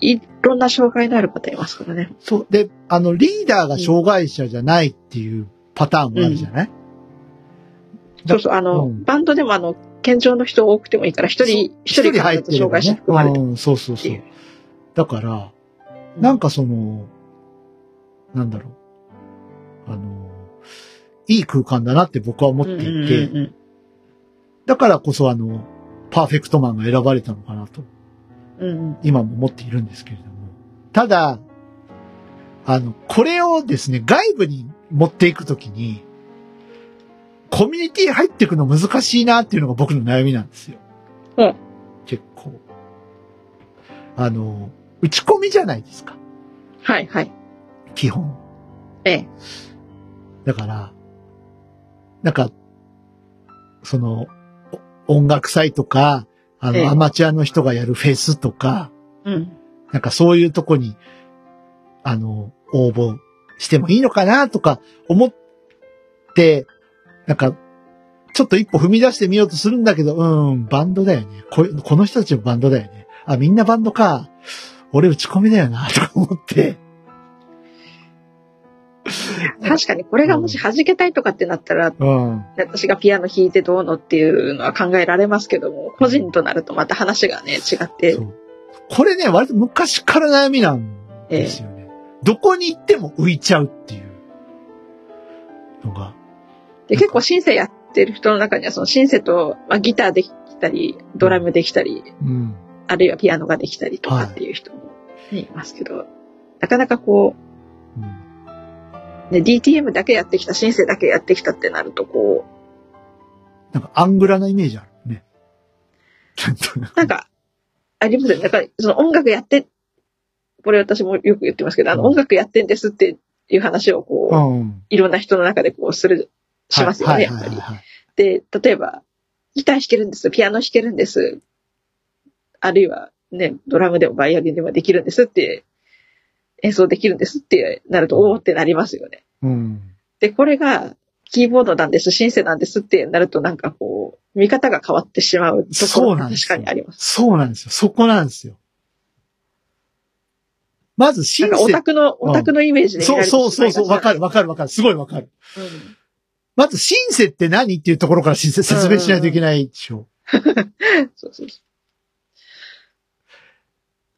[SPEAKER 3] いろんな障害のある方いますからね。
[SPEAKER 2] そう。で、あの、リーダーが障害者じゃないっていうパターンもあるじゃない、だ
[SPEAKER 3] そうそう、あの、
[SPEAKER 2] うん
[SPEAKER 3] バンドでもあの、健常の人多くてもいいから、一人、一人必ず障害者含まれて
[SPEAKER 2] うん、そうそう
[SPEAKER 3] っ
[SPEAKER 2] そ
[SPEAKER 3] ていうう。。
[SPEAKER 2] だから、なんかその、なんだろう。あの、いい空間だなって僕は思っていて、
[SPEAKER 3] うんうん
[SPEAKER 2] だからこそあの、パーフェクトマンが選ばれたのかなと、
[SPEAKER 3] うんうんうん
[SPEAKER 2] 今も思っているんですけれども。ただ、あの、これをですね、外部に持っていくときに、コミュニティ入っていくの難しいなっていうのが僕の悩みなんですよ。
[SPEAKER 3] うん
[SPEAKER 2] 結構。あの、打ち込みじゃないですか、
[SPEAKER 3] はいはい。
[SPEAKER 2] 基本。
[SPEAKER 3] ええ。
[SPEAKER 2] だから、なんか、その、お音楽祭とか、あ
[SPEAKER 3] ええ
[SPEAKER 2] の、アマチュアの人がやるフェスとか、
[SPEAKER 3] うん。
[SPEAKER 2] なんかそういうとこに、あの、応募してもいいのかなとか思って、なんか、ちょっと一歩踏み出してみようとするんだけど、うん、バンドだよね。ここの人たちもバンドだよね。あ、みんなバンドか。俺打ち込みだよな、とか思って。
[SPEAKER 3] 確かにこれがもし弾けたいとかってなったら、
[SPEAKER 2] うん。
[SPEAKER 3] 私がピアノ弾いてどうのっていうのは考えられますけども、個人となるとまた話がね、違って
[SPEAKER 2] そ。う。これね、割と昔から悩みなんですよね。どこに行っても浮いちゃうっていうのが。
[SPEAKER 3] で、結構シンセやってる人の中には、そのシンセと、まあ、ギターできたり、ドラムできたり、
[SPEAKER 2] うん。
[SPEAKER 3] あるいはピアノができたりとかっていう人もねいますけど、なかなかこ
[SPEAKER 2] うん
[SPEAKER 3] う、ね、DTM だけやってきた、シンセだけやってきたってなると、こ
[SPEAKER 2] なんかアングラなイメージあるね。
[SPEAKER 3] う、なんか、ありますよね。だから、その音楽やって、これ私もよく言ってますけど、あの
[SPEAKER 2] うん
[SPEAKER 3] 音楽やってんですっていう話をこ <laughs> う、
[SPEAKER 2] うん。
[SPEAKER 3] いろんな人の中でこうする、しますよ
[SPEAKER 2] は
[SPEAKER 3] ね、
[SPEAKER 2] い
[SPEAKER 3] やっぱり。
[SPEAKER 2] はいはいはい
[SPEAKER 3] で、例えば、ギター弾けるんです、ピアノ弾けるんです、あるいはね、ドラムでもバイオリンでもできるんですって、演奏できるんですってなると、おおってなりますよね。
[SPEAKER 2] うん。
[SPEAKER 3] で、これが、キーボードなんです、シンセなんですってなると、なんかこう、見方が変わってしまうとこ
[SPEAKER 2] そ
[SPEAKER 3] ろ
[SPEAKER 2] う
[SPEAKER 3] が
[SPEAKER 2] なんで
[SPEAKER 3] 確
[SPEAKER 2] す
[SPEAKER 3] か
[SPEAKER 2] よ
[SPEAKER 3] にあります。
[SPEAKER 2] そうなんですよ。そこなんですよ。まず、シ
[SPEAKER 3] なん
[SPEAKER 2] ン
[SPEAKER 3] かオ
[SPEAKER 2] セ
[SPEAKER 3] タ。クの、
[SPEAKER 2] うん
[SPEAKER 3] オタクのイメージで
[SPEAKER 2] そ
[SPEAKER 3] 見ら
[SPEAKER 2] う
[SPEAKER 3] れて
[SPEAKER 2] そうそうそう。わか
[SPEAKER 3] る。
[SPEAKER 2] るわかるわかる。すごいわかる。
[SPEAKER 3] うん
[SPEAKER 2] まず、シンセって何っていうところからし説明しないといけないでしょ。
[SPEAKER 3] そうそうそう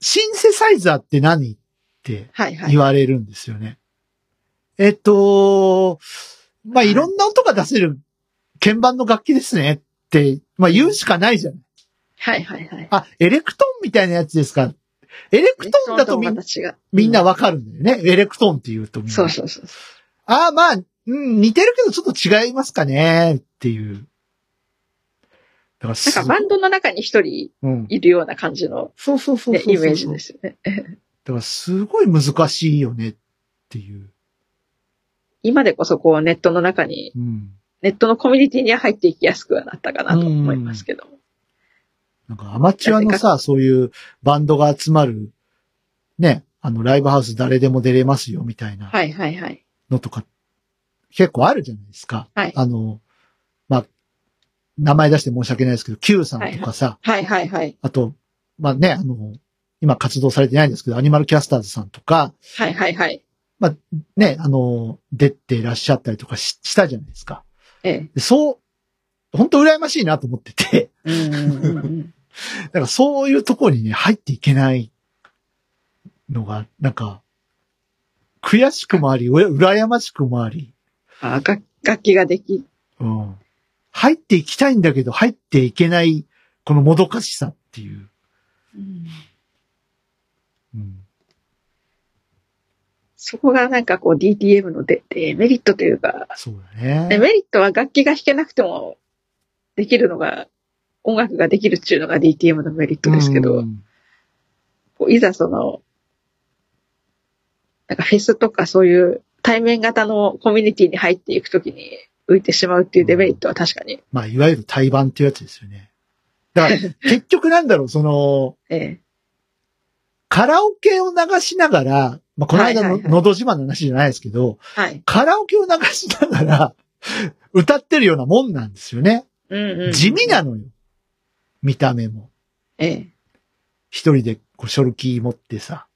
[SPEAKER 2] シンセサイザーって何って
[SPEAKER 3] はいはい
[SPEAKER 2] 言。われるんですよね。えっと、まあ、
[SPEAKER 3] はい
[SPEAKER 2] いろんな音が出せる鍵盤の楽器ですねって、まあ、言うしかないじゃない。
[SPEAKER 3] はいはいはい。
[SPEAKER 2] あ、エレクトーンみたいなやつですか。エレクトーンだとみ
[SPEAKER 3] エ
[SPEAKER 2] ん
[SPEAKER 3] レクトーンまた違う
[SPEAKER 2] みんなわかるんだよね。エレクトーンって言うとみんな。
[SPEAKER 3] そうそうそう。
[SPEAKER 2] ああ、まあ、うん、似てるけどちょっと違いますかねっていう。だから
[SPEAKER 3] なん
[SPEAKER 2] す
[SPEAKER 3] かバンドの中に一人
[SPEAKER 2] うん。
[SPEAKER 3] いるような感じの、
[SPEAKER 2] そうそうそう
[SPEAKER 3] ね、
[SPEAKER 2] そうそう
[SPEAKER 3] イメージですよね。
[SPEAKER 2] だからすごい難しいよねっていう。
[SPEAKER 3] 今でこそこうネットの中に、
[SPEAKER 2] うん。
[SPEAKER 3] ネットのコミュニティには入っていきやすくはなったかなと思いますけども。
[SPEAKER 2] なんかアマチュアのさ、そういうバンドが集まる、ね、あのライブハウス誰でも出れますよみたいな
[SPEAKER 3] はいはいはい。
[SPEAKER 2] のとか、結構あるじゃないですか。
[SPEAKER 3] はい
[SPEAKER 2] あの、まあ、名前出して申し訳ないですけど、Q さんとかさ、
[SPEAKER 3] はいはいはい。
[SPEAKER 2] あと、まあね、あの、今活動されてないんですけど、アニマルキャスターズさんとか、
[SPEAKER 3] はいはいはい。
[SPEAKER 2] まあね、あの、出てらっしゃったりとかししたじゃないですか。
[SPEAKER 3] え
[SPEAKER 2] <laughs>
[SPEAKER 3] え。
[SPEAKER 2] でそう、本当羨ましいなと思ってて、 <laughs>
[SPEAKER 3] うんうんうん
[SPEAKER 2] だからそういうところにね、入っていけないのが、なんか、悔しくもあり、うら羨ましくもあり、
[SPEAKER 3] あ楽楽器ができ、
[SPEAKER 2] うん。入っていきたいんだけど、入っていけない、このもどかしさっていう。うん。
[SPEAKER 3] そこがなんかこう DTM のデデメリットというか、
[SPEAKER 2] そうだね。
[SPEAKER 3] デメリットは楽器が弾けなくてもできるのが、音楽ができるっていうのが DTM のメリットですけど、
[SPEAKER 2] うん
[SPEAKER 3] こういざその、なんかフェスとかそういう対面型のコミュニティに入っていくときに浮いてしまうっていうデメリットは確かに、
[SPEAKER 2] まあ、いわゆる対バンっていうやつですよね。だから、
[SPEAKER 3] <laughs>
[SPEAKER 2] 結局なんだろう、その、
[SPEAKER 3] ええ、
[SPEAKER 2] カラオケを流しながら、まあ、この間の、
[SPEAKER 3] はいはいはい
[SPEAKER 2] のど自慢の話じゃないですけど、
[SPEAKER 3] はい。
[SPEAKER 2] カラオケを流しながら、歌ってるようなもんなんですよね。
[SPEAKER 3] うん
[SPEAKER 2] 地味。なのよ。見た目も。
[SPEAKER 3] ええ、
[SPEAKER 2] 一人で、こう、ショルキー持ってさ、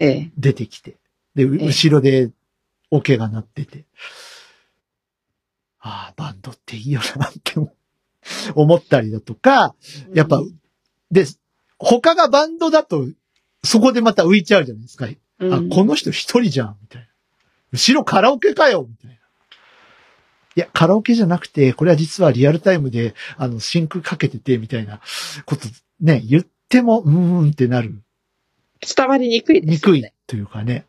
[SPEAKER 3] ええ、
[SPEAKER 2] 出てきて。で、う
[SPEAKER 3] ええ
[SPEAKER 2] 後ろで、オケが鳴ってて。ああ、バンドっていいよな、って思 <laughs> 思ったりだとか、やっぱ
[SPEAKER 3] うん
[SPEAKER 2] で、他がバンドだと、そこでまた浮いちゃうじゃないですか。
[SPEAKER 3] うん
[SPEAKER 2] あ、この人一人じゃん、みたいな。後ろカラオケかよ、みたいな。いや、カラオケじゃなくて、これは実はリアルタイムで、あの、真空かけてて、みたいなこと、ね、言っても、うーんってなる。
[SPEAKER 3] 伝わりにくいで
[SPEAKER 2] に
[SPEAKER 3] すよ
[SPEAKER 2] く
[SPEAKER 3] ね。
[SPEAKER 2] いというかね。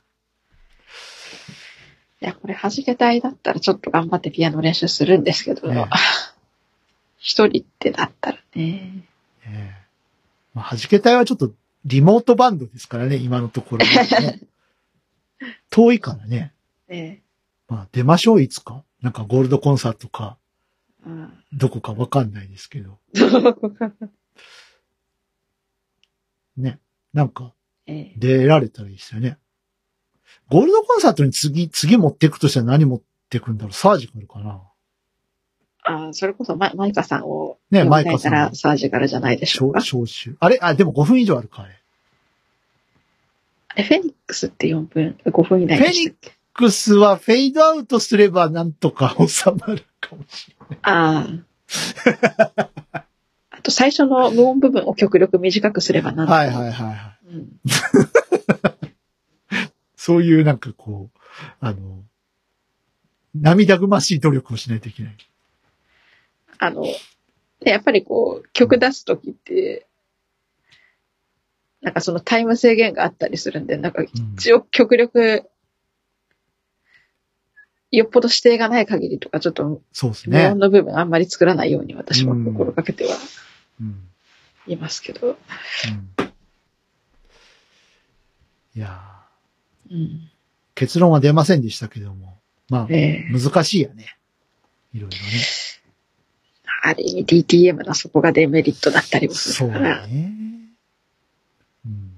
[SPEAKER 3] いや、これ、弾けたいだったら、ちょっと頑張ってピアノ練習するんですけど、
[SPEAKER 2] ね
[SPEAKER 3] <laughs> 一人ってなったらね。
[SPEAKER 2] ええまあ、弾け隊はちょっと、リモートバンドですからね、今のところ、
[SPEAKER 3] <laughs>
[SPEAKER 2] ね。遠いからね。
[SPEAKER 3] ね
[SPEAKER 2] まあ、出ましょう、いつか。なんか、ゴールドコンサートか、
[SPEAKER 3] うん。
[SPEAKER 2] どこかわかんないですけど。ね。なんか、
[SPEAKER 3] ええ
[SPEAKER 2] 出られたらいいですよね。ゴールドコンサートに次、次持っていくとしたら何持っていくんだろうサージカルかな
[SPEAKER 3] あそれこそマ、マイカさんを
[SPEAKER 2] ね
[SPEAKER 3] 呼びた
[SPEAKER 2] マイ
[SPEAKER 3] い
[SPEAKER 2] カさ
[SPEAKER 3] か
[SPEAKER 2] ん
[SPEAKER 3] らサージカルじゃないでしょ
[SPEAKER 2] 消
[SPEAKER 3] うか。
[SPEAKER 2] 消臭。あれあ、でも5分以上あるか、あれ。
[SPEAKER 3] えフェニックスって4分、5分以内でしたっ
[SPEAKER 2] フェ
[SPEAKER 3] け
[SPEAKER 2] ニックスはフェイドアウトすればなんとか収まるかもしれ
[SPEAKER 3] ああ。あと最初の無音部分を極力短くすればなんとか
[SPEAKER 2] ない。はいはいはいはい。
[SPEAKER 3] うん
[SPEAKER 2] そういうなんかこう、あの、涙ぐましい努力をしないといけない。
[SPEAKER 3] あの、ねやっぱりこう、曲出すときって、なんかそのタイム制限があったりするんで、なんか
[SPEAKER 2] うん
[SPEAKER 3] 一応極力、よっぽど指定がない限りとか、ちょっと
[SPEAKER 2] そうです
[SPEAKER 3] 無
[SPEAKER 2] ね
[SPEAKER 3] 音。の部分あんまり作らないように私は心がけては
[SPEAKER 2] うん
[SPEAKER 3] いますけど。
[SPEAKER 2] うんいや
[SPEAKER 3] うん。
[SPEAKER 2] ー結論は出ませんでしたけども。まあ、
[SPEAKER 3] ええ
[SPEAKER 2] 難しいよね。いろいろね。
[SPEAKER 3] ある意味 DTM のそこがデメリットだったりもす
[SPEAKER 2] そう
[SPEAKER 3] るから。
[SPEAKER 2] ね。うん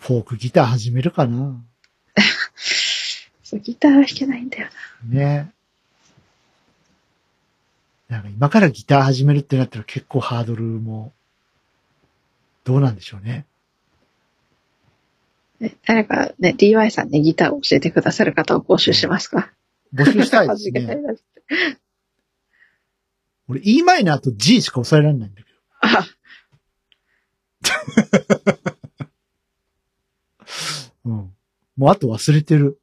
[SPEAKER 2] フォークギター始めるかな。
[SPEAKER 3] そうギターは弾けないんだよ
[SPEAKER 2] ね。なんか今からギター始めるってなったら結構ハードルも、どうなんでしょうね。
[SPEAKER 3] な。ね誰かね、DY さんにギターを教えてくださる方を募集しますか
[SPEAKER 2] 募集したいで
[SPEAKER 3] 弾
[SPEAKER 2] す
[SPEAKER 3] <laughs> けたい
[SPEAKER 2] ね。
[SPEAKER 3] なって
[SPEAKER 2] 俺 E マイナーと G しか抑えられないんだけど。
[SPEAKER 3] あ、
[SPEAKER 2] うん。もうあと忘れてる。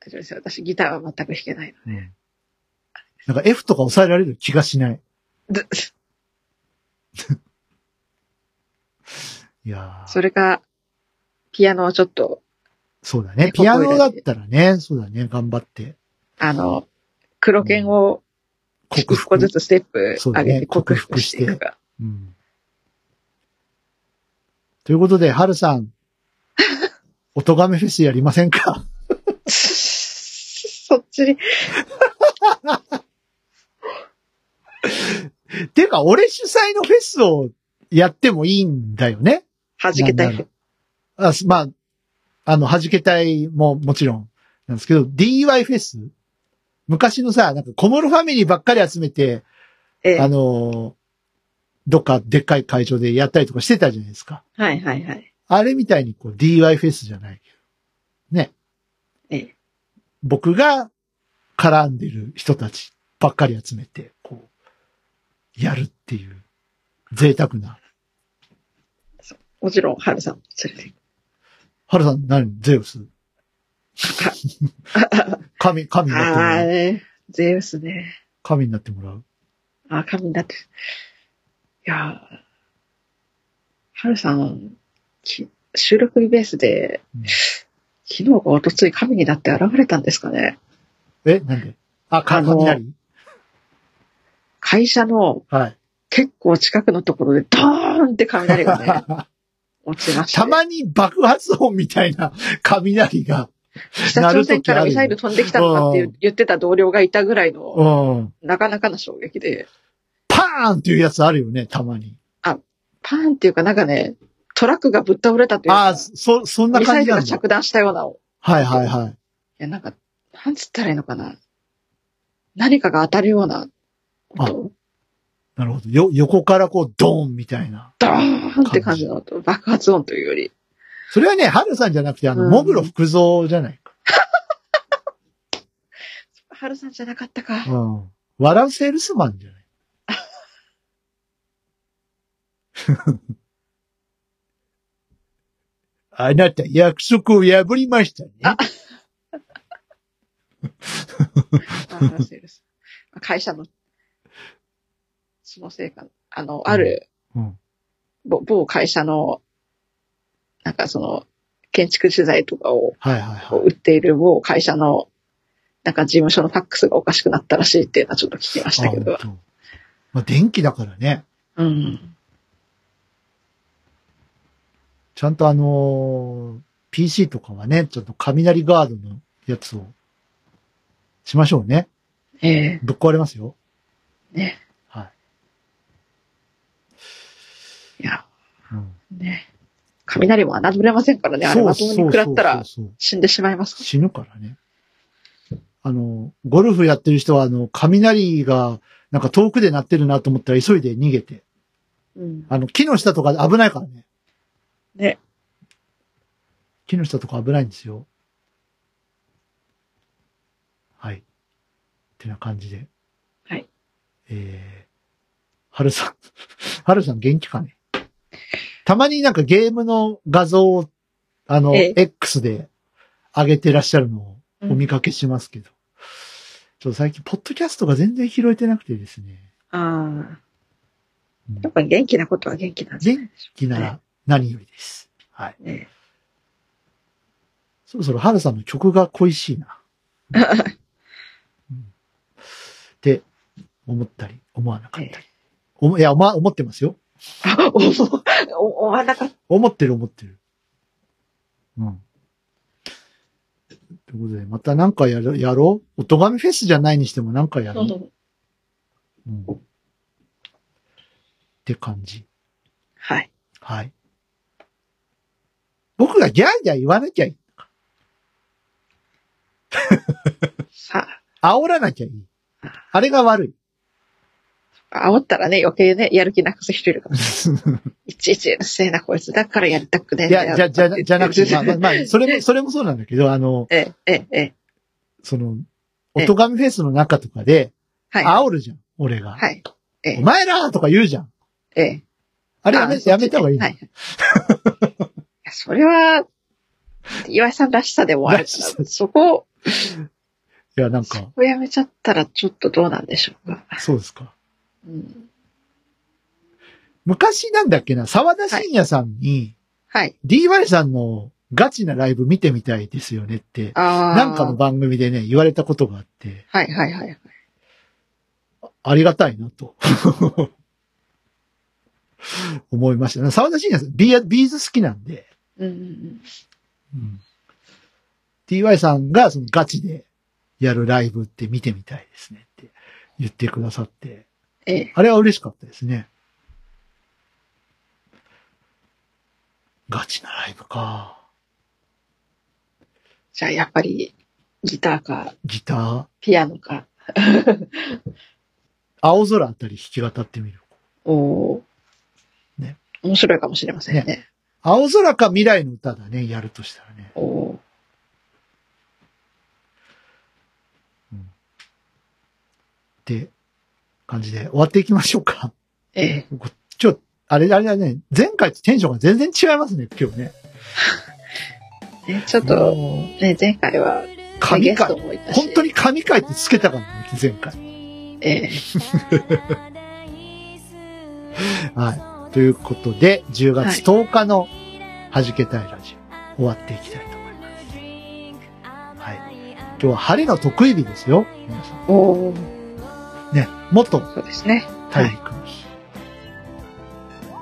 [SPEAKER 3] 大丈夫ですよ。私ギターは全く弾けないの。
[SPEAKER 2] うん。なんか F とか抑えられる気がしない。
[SPEAKER 3] ず
[SPEAKER 2] いやー
[SPEAKER 3] それか、ピアノをちょっと、
[SPEAKER 2] そうだね。
[SPEAKER 3] 猫
[SPEAKER 2] ピア
[SPEAKER 3] 声だけ
[SPEAKER 2] ノだったらね、そうだね。頑張って。
[SPEAKER 3] あの、黒剣を
[SPEAKER 2] 克
[SPEAKER 3] 一個
[SPEAKER 2] 服。
[SPEAKER 3] ずつステップ
[SPEAKER 2] そうだ
[SPEAKER 3] 上
[SPEAKER 2] ね
[SPEAKER 3] げて克服していくか。
[SPEAKER 2] うん。ということで、ハルさ
[SPEAKER 3] <laughs>
[SPEAKER 2] ん、おとがめフェスやりませんか
[SPEAKER 3] <laughs> そっちに、
[SPEAKER 2] ていうか、俺主催のフェスをやってもいいんだよね。
[SPEAKER 3] 弾けた
[SPEAKER 2] なんだ
[SPEAKER 3] い。
[SPEAKER 2] あすまあ、あの、弾けたいももちろんなんですけど、DY フェス昔のさ、なんか小室ファミリーばっかり集めて、
[SPEAKER 3] ええ
[SPEAKER 2] あのーどっかでっかい会場でやったりとかしてたじゃないですか。
[SPEAKER 3] はいはいはい。
[SPEAKER 2] あれみたいにこう DY フェスじゃないけど。ね。
[SPEAKER 3] ええ
[SPEAKER 2] 僕が絡んでる人たちばっかり集めて、こう、やるっていう贅沢な。
[SPEAKER 3] もちろん、ハルさんも連れて。
[SPEAKER 2] ハルさん何ゼウス
[SPEAKER 3] <laughs>
[SPEAKER 2] 神、神になっても
[SPEAKER 3] ああ、
[SPEAKER 2] らう。
[SPEAKER 3] ね、ゼウスね。
[SPEAKER 2] 神になってもらう。
[SPEAKER 3] ああ、神になって。いやー、ハルさん、き収録日ベースで、
[SPEAKER 2] うん
[SPEAKER 3] 昨日かおとつい神になって現れたんですかね。
[SPEAKER 2] えなんであ、か
[SPEAKER 3] あの
[SPEAKER 2] 雷
[SPEAKER 3] 会社の
[SPEAKER 2] はい。
[SPEAKER 3] 結構近くのところでドーンって雷がね、
[SPEAKER 2] <laughs>
[SPEAKER 3] 落ちましたた。
[SPEAKER 2] まに爆発音みたいな <laughs> 雷が。
[SPEAKER 3] 北朝鮮からミサイル飛んできたのかって
[SPEAKER 2] うん
[SPEAKER 3] 言言ってた同僚がいたぐらいの、
[SPEAKER 2] うん。
[SPEAKER 3] なかなかの衝撃で、
[SPEAKER 2] パーンっていうやつあるよね、たまに。
[SPEAKER 3] パーンっていうかなんかね、トラックがぶっ倒れたという
[SPEAKER 2] ああ、
[SPEAKER 3] か、
[SPEAKER 2] そ、そんな
[SPEAKER 3] ミサ
[SPEAKER 2] 感
[SPEAKER 3] イ
[SPEAKER 2] じ
[SPEAKER 3] ル
[SPEAKER 2] な
[SPEAKER 3] が
[SPEAKER 2] んだ。
[SPEAKER 3] 着弾したような、い
[SPEAKER 2] はいはいはい。
[SPEAKER 3] やなんか、なんつったらいいのかな。何かが当たるような音、
[SPEAKER 2] なるほど。よ、横からこう、ドーンみたいな。
[SPEAKER 3] ドーンって感じの音、爆発音というより、
[SPEAKER 2] それはね、ハルさんじゃなくて、あ
[SPEAKER 3] う
[SPEAKER 2] の、
[SPEAKER 3] ん
[SPEAKER 2] モグロ福蔵じゃないか。
[SPEAKER 3] 春さんじゃなかったか。
[SPEAKER 2] うん。笑うセールスマンじゃない。 <laughs> あなた、約束を破りましたね。
[SPEAKER 3] あ話せ
[SPEAKER 2] <laughs>
[SPEAKER 3] るさ会社の、そのせいか、あの、ある、
[SPEAKER 2] うん
[SPEAKER 3] ぼ某会社の、なんかその、建築資材とかを
[SPEAKER 2] はいはいはい。
[SPEAKER 3] 売っている某会社の、なんか事務所のファックスがおかしくなったらしいっていうのはちょっと聞きましたけど
[SPEAKER 2] あ。本当まあ、電気だからね。
[SPEAKER 3] うん。
[SPEAKER 2] ちゃんとあのー PC とかはね、ちょっと雷ガードのやつをしましょうね。
[SPEAKER 3] ええ
[SPEAKER 2] ぶっ壊れますよ。
[SPEAKER 3] ね。
[SPEAKER 2] はい
[SPEAKER 3] や、
[SPEAKER 2] い。うん、
[SPEAKER 3] ね。雷も侮れませんからね。あれまともに食らったら
[SPEAKER 2] そうそうそうそう
[SPEAKER 3] 死んでしまいます。
[SPEAKER 2] 死ぬからね。あの、ゴルフやってる人は、あの、雷が、なんか遠くで鳴ってるなと思ったら急いで逃げて。
[SPEAKER 3] うん。
[SPEAKER 2] あの、木の下とか危ないからね。
[SPEAKER 3] ね。
[SPEAKER 2] 木の下とか危ないんですよ。はい。ってな感じで。
[SPEAKER 3] はい。
[SPEAKER 2] えー、はるさん、 <laughs> はるさん元気かねたまになんかゲームの画像を、あの、
[SPEAKER 3] え
[SPEAKER 2] X で上げてらっしゃるのを
[SPEAKER 3] うん
[SPEAKER 2] お見かけしますけど。ちょっと最近、ポッドキャストが全然拾えてなくてですね。
[SPEAKER 3] ああ。
[SPEAKER 2] うん
[SPEAKER 3] やっぱり元気なことは元気なんです
[SPEAKER 2] 元気なら何よりです。はい。
[SPEAKER 3] ね。
[SPEAKER 2] そろそろハルさんの曲が恋しいな。うんって思ったり、思わなかったり。おもいや、ま、思ってますよ。
[SPEAKER 3] あ、思う、思わなかった。
[SPEAKER 2] 思ってる思ってる。うん。ということで、またなんかやろ、やろうおとがめフェスじゃないにしてもなんかやろう。うん。って感じ。
[SPEAKER 3] はい。
[SPEAKER 2] はい。僕がギャーギャー言わなきゃいい。
[SPEAKER 3] さ
[SPEAKER 2] 煽らなきゃいい。あれが悪い。
[SPEAKER 3] あ、煽ったらね、余計ね、やる気なくす人いるから。 <laughs> いちいちうるせえな、こいつ。だからやりたくねえん
[SPEAKER 2] い
[SPEAKER 3] だ
[SPEAKER 2] や、
[SPEAKER 3] よ
[SPEAKER 2] じゃ、じゃ、じゃなく
[SPEAKER 3] <laughs>
[SPEAKER 2] て、まあまあ、まあ、それも、
[SPEAKER 3] え
[SPEAKER 2] それもそうなんだけど、あの、
[SPEAKER 3] え、え、え、
[SPEAKER 2] その、
[SPEAKER 3] ええ
[SPEAKER 2] おとがめフェスの中とかで、
[SPEAKER 3] はい。
[SPEAKER 2] 煽るじゃん、俺が。
[SPEAKER 3] はい。え
[SPEAKER 2] お前らとか言うじゃん。
[SPEAKER 3] ええ。
[SPEAKER 2] あれやめ、
[SPEAKER 3] あ
[SPEAKER 2] やめた方がいいの。
[SPEAKER 3] はい。いやそれは、岩井さんらしさでもある
[SPEAKER 2] らし
[SPEAKER 3] か
[SPEAKER 2] さ
[SPEAKER 3] ら、そこを、
[SPEAKER 2] いや、なん
[SPEAKER 3] そ
[SPEAKER 2] か、
[SPEAKER 3] こをやめちゃったらちょっとどうなんでしょうか。
[SPEAKER 2] そうですか。
[SPEAKER 3] うん。
[SPEAKER 2] 昔なんだっけな、沢田信也さんに、
[SPEAKER 3] はい。
[SPEAKER 2] DY さんのガチなライブ見てみたいですよねって、
[SPEAKER 3] ああ。
[SPEAKER 2] なんかの番組でね、言われたことがあって、
[SPEAKER 3] はいはいはい。
[SPEAKER 2] ありがたいなと。 <laughs> 思いました。沢田信也さん、ビービーズ好きなんで、
[SPEAKER 3] うんうんうん。
[SPEAKER 2] TY さんがそのガチでやるライブって見てみたいですねって言ってくださって、
[SPEAKER 3] ええ。
[SPEAKER 2] あれは嬉しかったですね。ガチなライブか。
[SPEAKER 3] じゃあやっぱり、ギターか、
[SPEAKER 2] ギタ
[SPEAKER 3] ピアノか。 <laughs>
[SPEAKER 2] ー、青空あたり弾き語ってみる。
[SPEAKER 3] おおー。
[SPEAKER 2] ね。
[SPEAKER 3] 面白いかもしれませんね。
[SPEAKER 2] 青空か未来の歌だね、やるとしたらね。
[SPEAKER 3] おお
[SPEAKER 2] って感じで終わっていきましょうか。
[SPEAKER 3] ー。ええ。
[SPEAKER 2] ちょ、あれ、あれだね、前回とテンションが全然違いますね、今日ね。
[SPEAKER 3] ねちょっ
[SPEAKER 2] あ
[SPEAKER 3] と、
[SPEAKER 2] の
[SPEAKER 3] ね、前回は、ねゲ
[SPEAKER 2] 神
[SPEAKER 3] スト
[SPEAKER 2] 回。
[SPEAKER 3] もいたし。
[SPEAKER 2] 本当に神回ってつけたからね、前回。
[SPEAKER 3] ええ。
[SPEAKER 2] はい。ということで、10月10日の弾けたいラジオ、終わっていきたいと思います。はい。今日は晴れの得意日ですよ、皆さん。
[SPEAKER 3] おおー。
[SPEAKER 2] ね、元
[SPEAKER 3] そうですね。
[SPEAKER 2] 体育の日。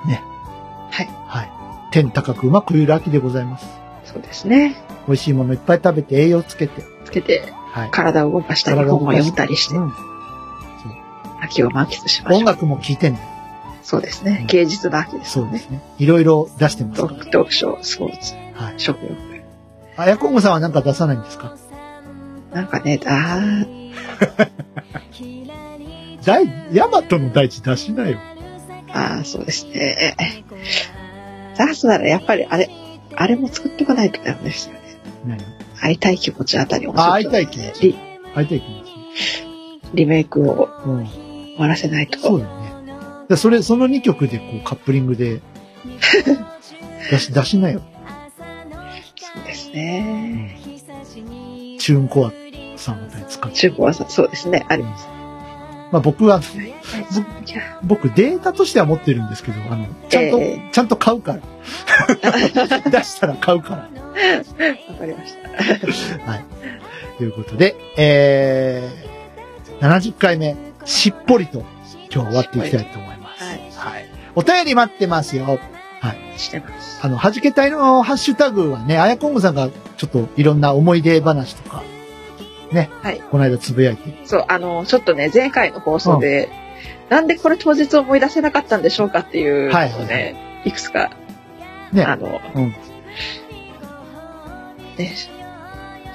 [SPEAKER 2] ね。
[SPEAKER 3] はい
[SPEAKER 2] はい。天高く馬冬ら秋でございます。
[SPEAKER 3] そうですね。
[SPEAKER 2] 美味しいものいっぱい食べて栄養つけて、
[SPEAKER 3] つけて、
[SPEAKER 2] はい。
[SPEAKER 3] 体を動かしたり、
[SPEAKER 2] 体を動
[SPEAKER 3] 本を
[SPEAKER 2] かし
[SPEAKER 3] 読んだりして
[SPEAKER 2] う、ん
[SPEAKER 3] 秋を満喫しましょう。
[SPEAKER 2] 音楽も聴いてね。
[SPEAKER 3] そうです
[SPEAKER 2] うん
[SPEAKER 3] ね。芸術の秋です
[SPEAKER 2] そ
[SPEAKER 3] よ
[SPEAKER 2] うで
[SPEAKER 3] ね。
[SPEAKER 2] すね。いろいろ出してますから。
[SPEAKER 3] 読読書、スポーツ、
[SPEAKER 2] はい。
[SPEAKER 3] 食欲。
[SPEAKER 2] あやこんごさんはなんか出さないんですか
[SPEAKER 3] なんかね、あー
[SPEAKER 2] 大、ヤマトの大地出しなよ。
[SPEAKER 3] あー、そうですね。出すならやっぱりあれ、あれも作っとかないとダメですよね。
[SPEAKER 2] 何
[SPEAKER 3] 会いたい気持ちあたりを、
[SPEAKER 2] あ会いたい気持ち
[SPEAKER 3] リ。
[SPEAKER 2] 会いたい気持ち。
[SPEAKER 3] リメイクを
[SPEAKER 2] うん。
[SPEAKER 3] 終わらせない
[SPEAKER 2] そう
[SPEAKER 3] と。
[SPEAKER 2] だよね。でそれ、その2曲でこうカップリングで出し、出しなよ。
[SPEAKER 3] ね。
[SPEAKER 2] チューンコアさんあたり使って。
[SPEAKER 3] 中古はさ、そうですね、あります。
[SPEAKER 2] まあ僕は、
[SPEAKER 3] じゃ
[SPEAKER 2] 僕データとしては持ってるんですけど、あの、ちゃんと、
[SPEAKER 3] ええ
[SPEAKER 2] ちゃんと買うから。
[SPEAKER 3] <laughs>
[SPEAKER 2] 出したら買うから。
[SPEAKER 3] あわかりました。
[SPEAKER 2] ということで、えー、70回目、しっぽりと今日は終わっていきたいと思います。
[SPEAKER 3] は
[SPEAKER 2] はいい。お便り待ってますよ。
[SPEAKER 3] してます。
[SPEAKER 2] あの、はじけたいのハッシュタグはね、あやこんごさんがちょっといろんな思い出話とか、ね、
[SPEAKER 3] はい
[SPEAKER 2] この間つぶやいて。
[SPEAKER 3] そう、あの、ちょっとね、前回の放送で、なんでこれ当日思い出せなかったんでしょうかっていうのをね、
[SPEAKER 2] はい
[SPEAKER 3] い
[SPEAKER 2] はいはい
[SPEAKER 3] くつか、
[SPEAKER 2] ね
[SPEAKER 3] あの、
[SPEAKER 2] うん
[SPEAKER 3] ね、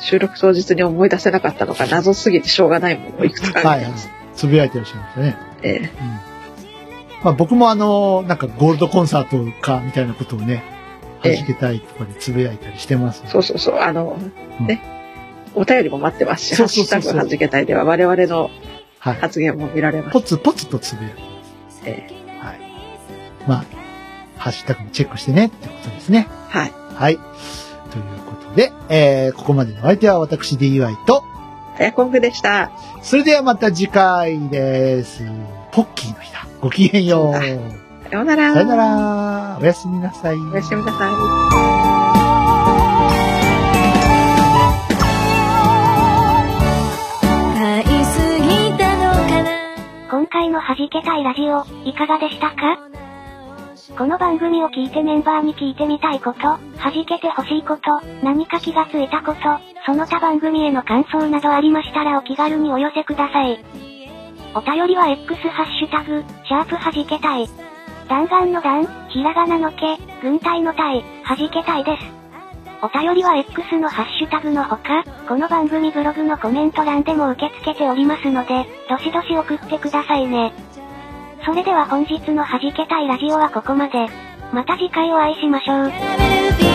[SPEAKER 3] 収録当日に思い出せなかったのが謎すぎてしょうがないものをいくつか
[SPEAKER 2] は
[SPEAKER 3] 挙
[SPEAKER 2] い、
[SPEAKER 3] げて
[SPEAKER 2] はい
[SPEAKER 3] ます。。
[SPEAKER 2] つぶやいてらっしゃいましたね。
[SPEAKER 3] え
[SPEAKER 2] うん。まあ僕もあの、なんかゴールドコンサートか、みたいなことをね、は
[SPEAKER 3] ええ
[SPEAKER 2] じけたいとかでつぶやいたりしてます、
[SPEAKER 3] えそうそうそう、あの、
[SPEAKER 2] うん
[SPEAKER 3] ね、お便りも待ってますし、ハ
[SPEAKER 2] そう
[SPEAKER 3] ッシ
[SPEAKER 2] そう
[SPEAKER 3] ュ
[SPEAKER 2] そうそ
[SPEAKER 3] タ
[SPEAKER 2] う
[SPEAKER 3] グはじけたいでは我々の
[SPEAKER 2] はい。
[SPEAKER 3] 発言も見られます
[SPEAKER 2] ポ。ツポツとつぶやいて
[SPEAKER 3] え
[SPEAKER 2] はい。まあ、ハッシュタグもチェックしてねってことですね。
[SPEAKER 3] えはい。
[SPEAKER 2] はい。ということで、えー、ここまでのお相手は私 DY と、
[SPEAKER 3] あやこんぐでした。
[SPEAKER 2] それではまた次回です。ポッキーの日だ。ごきげんよう。
[SPEAKER 3] そ
[SPEAKER 2] さ
[SPEAKER 3] うさようなら。
[SPEAKER 2] よな。ら。おやすみなさい。
[SPEAKER 3] おやすみなさい。
[SPEAKER 4] 買いすぎたのかな
[SPEAKER 1] 今回の弾けたいラジオ、いかがでしたかこの番組を聞いてメンバーに聞いてみたいこと、弾けてほしいこと、何か気がついたこと、その他番組への感想などありましたらお気軽にお寄せください。お便りは X ハッシュタグ、シャープ弾けたい。弾丸の弾、ひらがなのけ、軍隊の隊、弾けたいです。お便りは X のハッシュタグのほか、この番組ブログのコメント欄でも受け付けておりますので、どしどし送ってくださいね。それでは本日の弾けたいラジオはここまで。また次回お会いしましょう。
[SPEAKER 4] キャラメルピ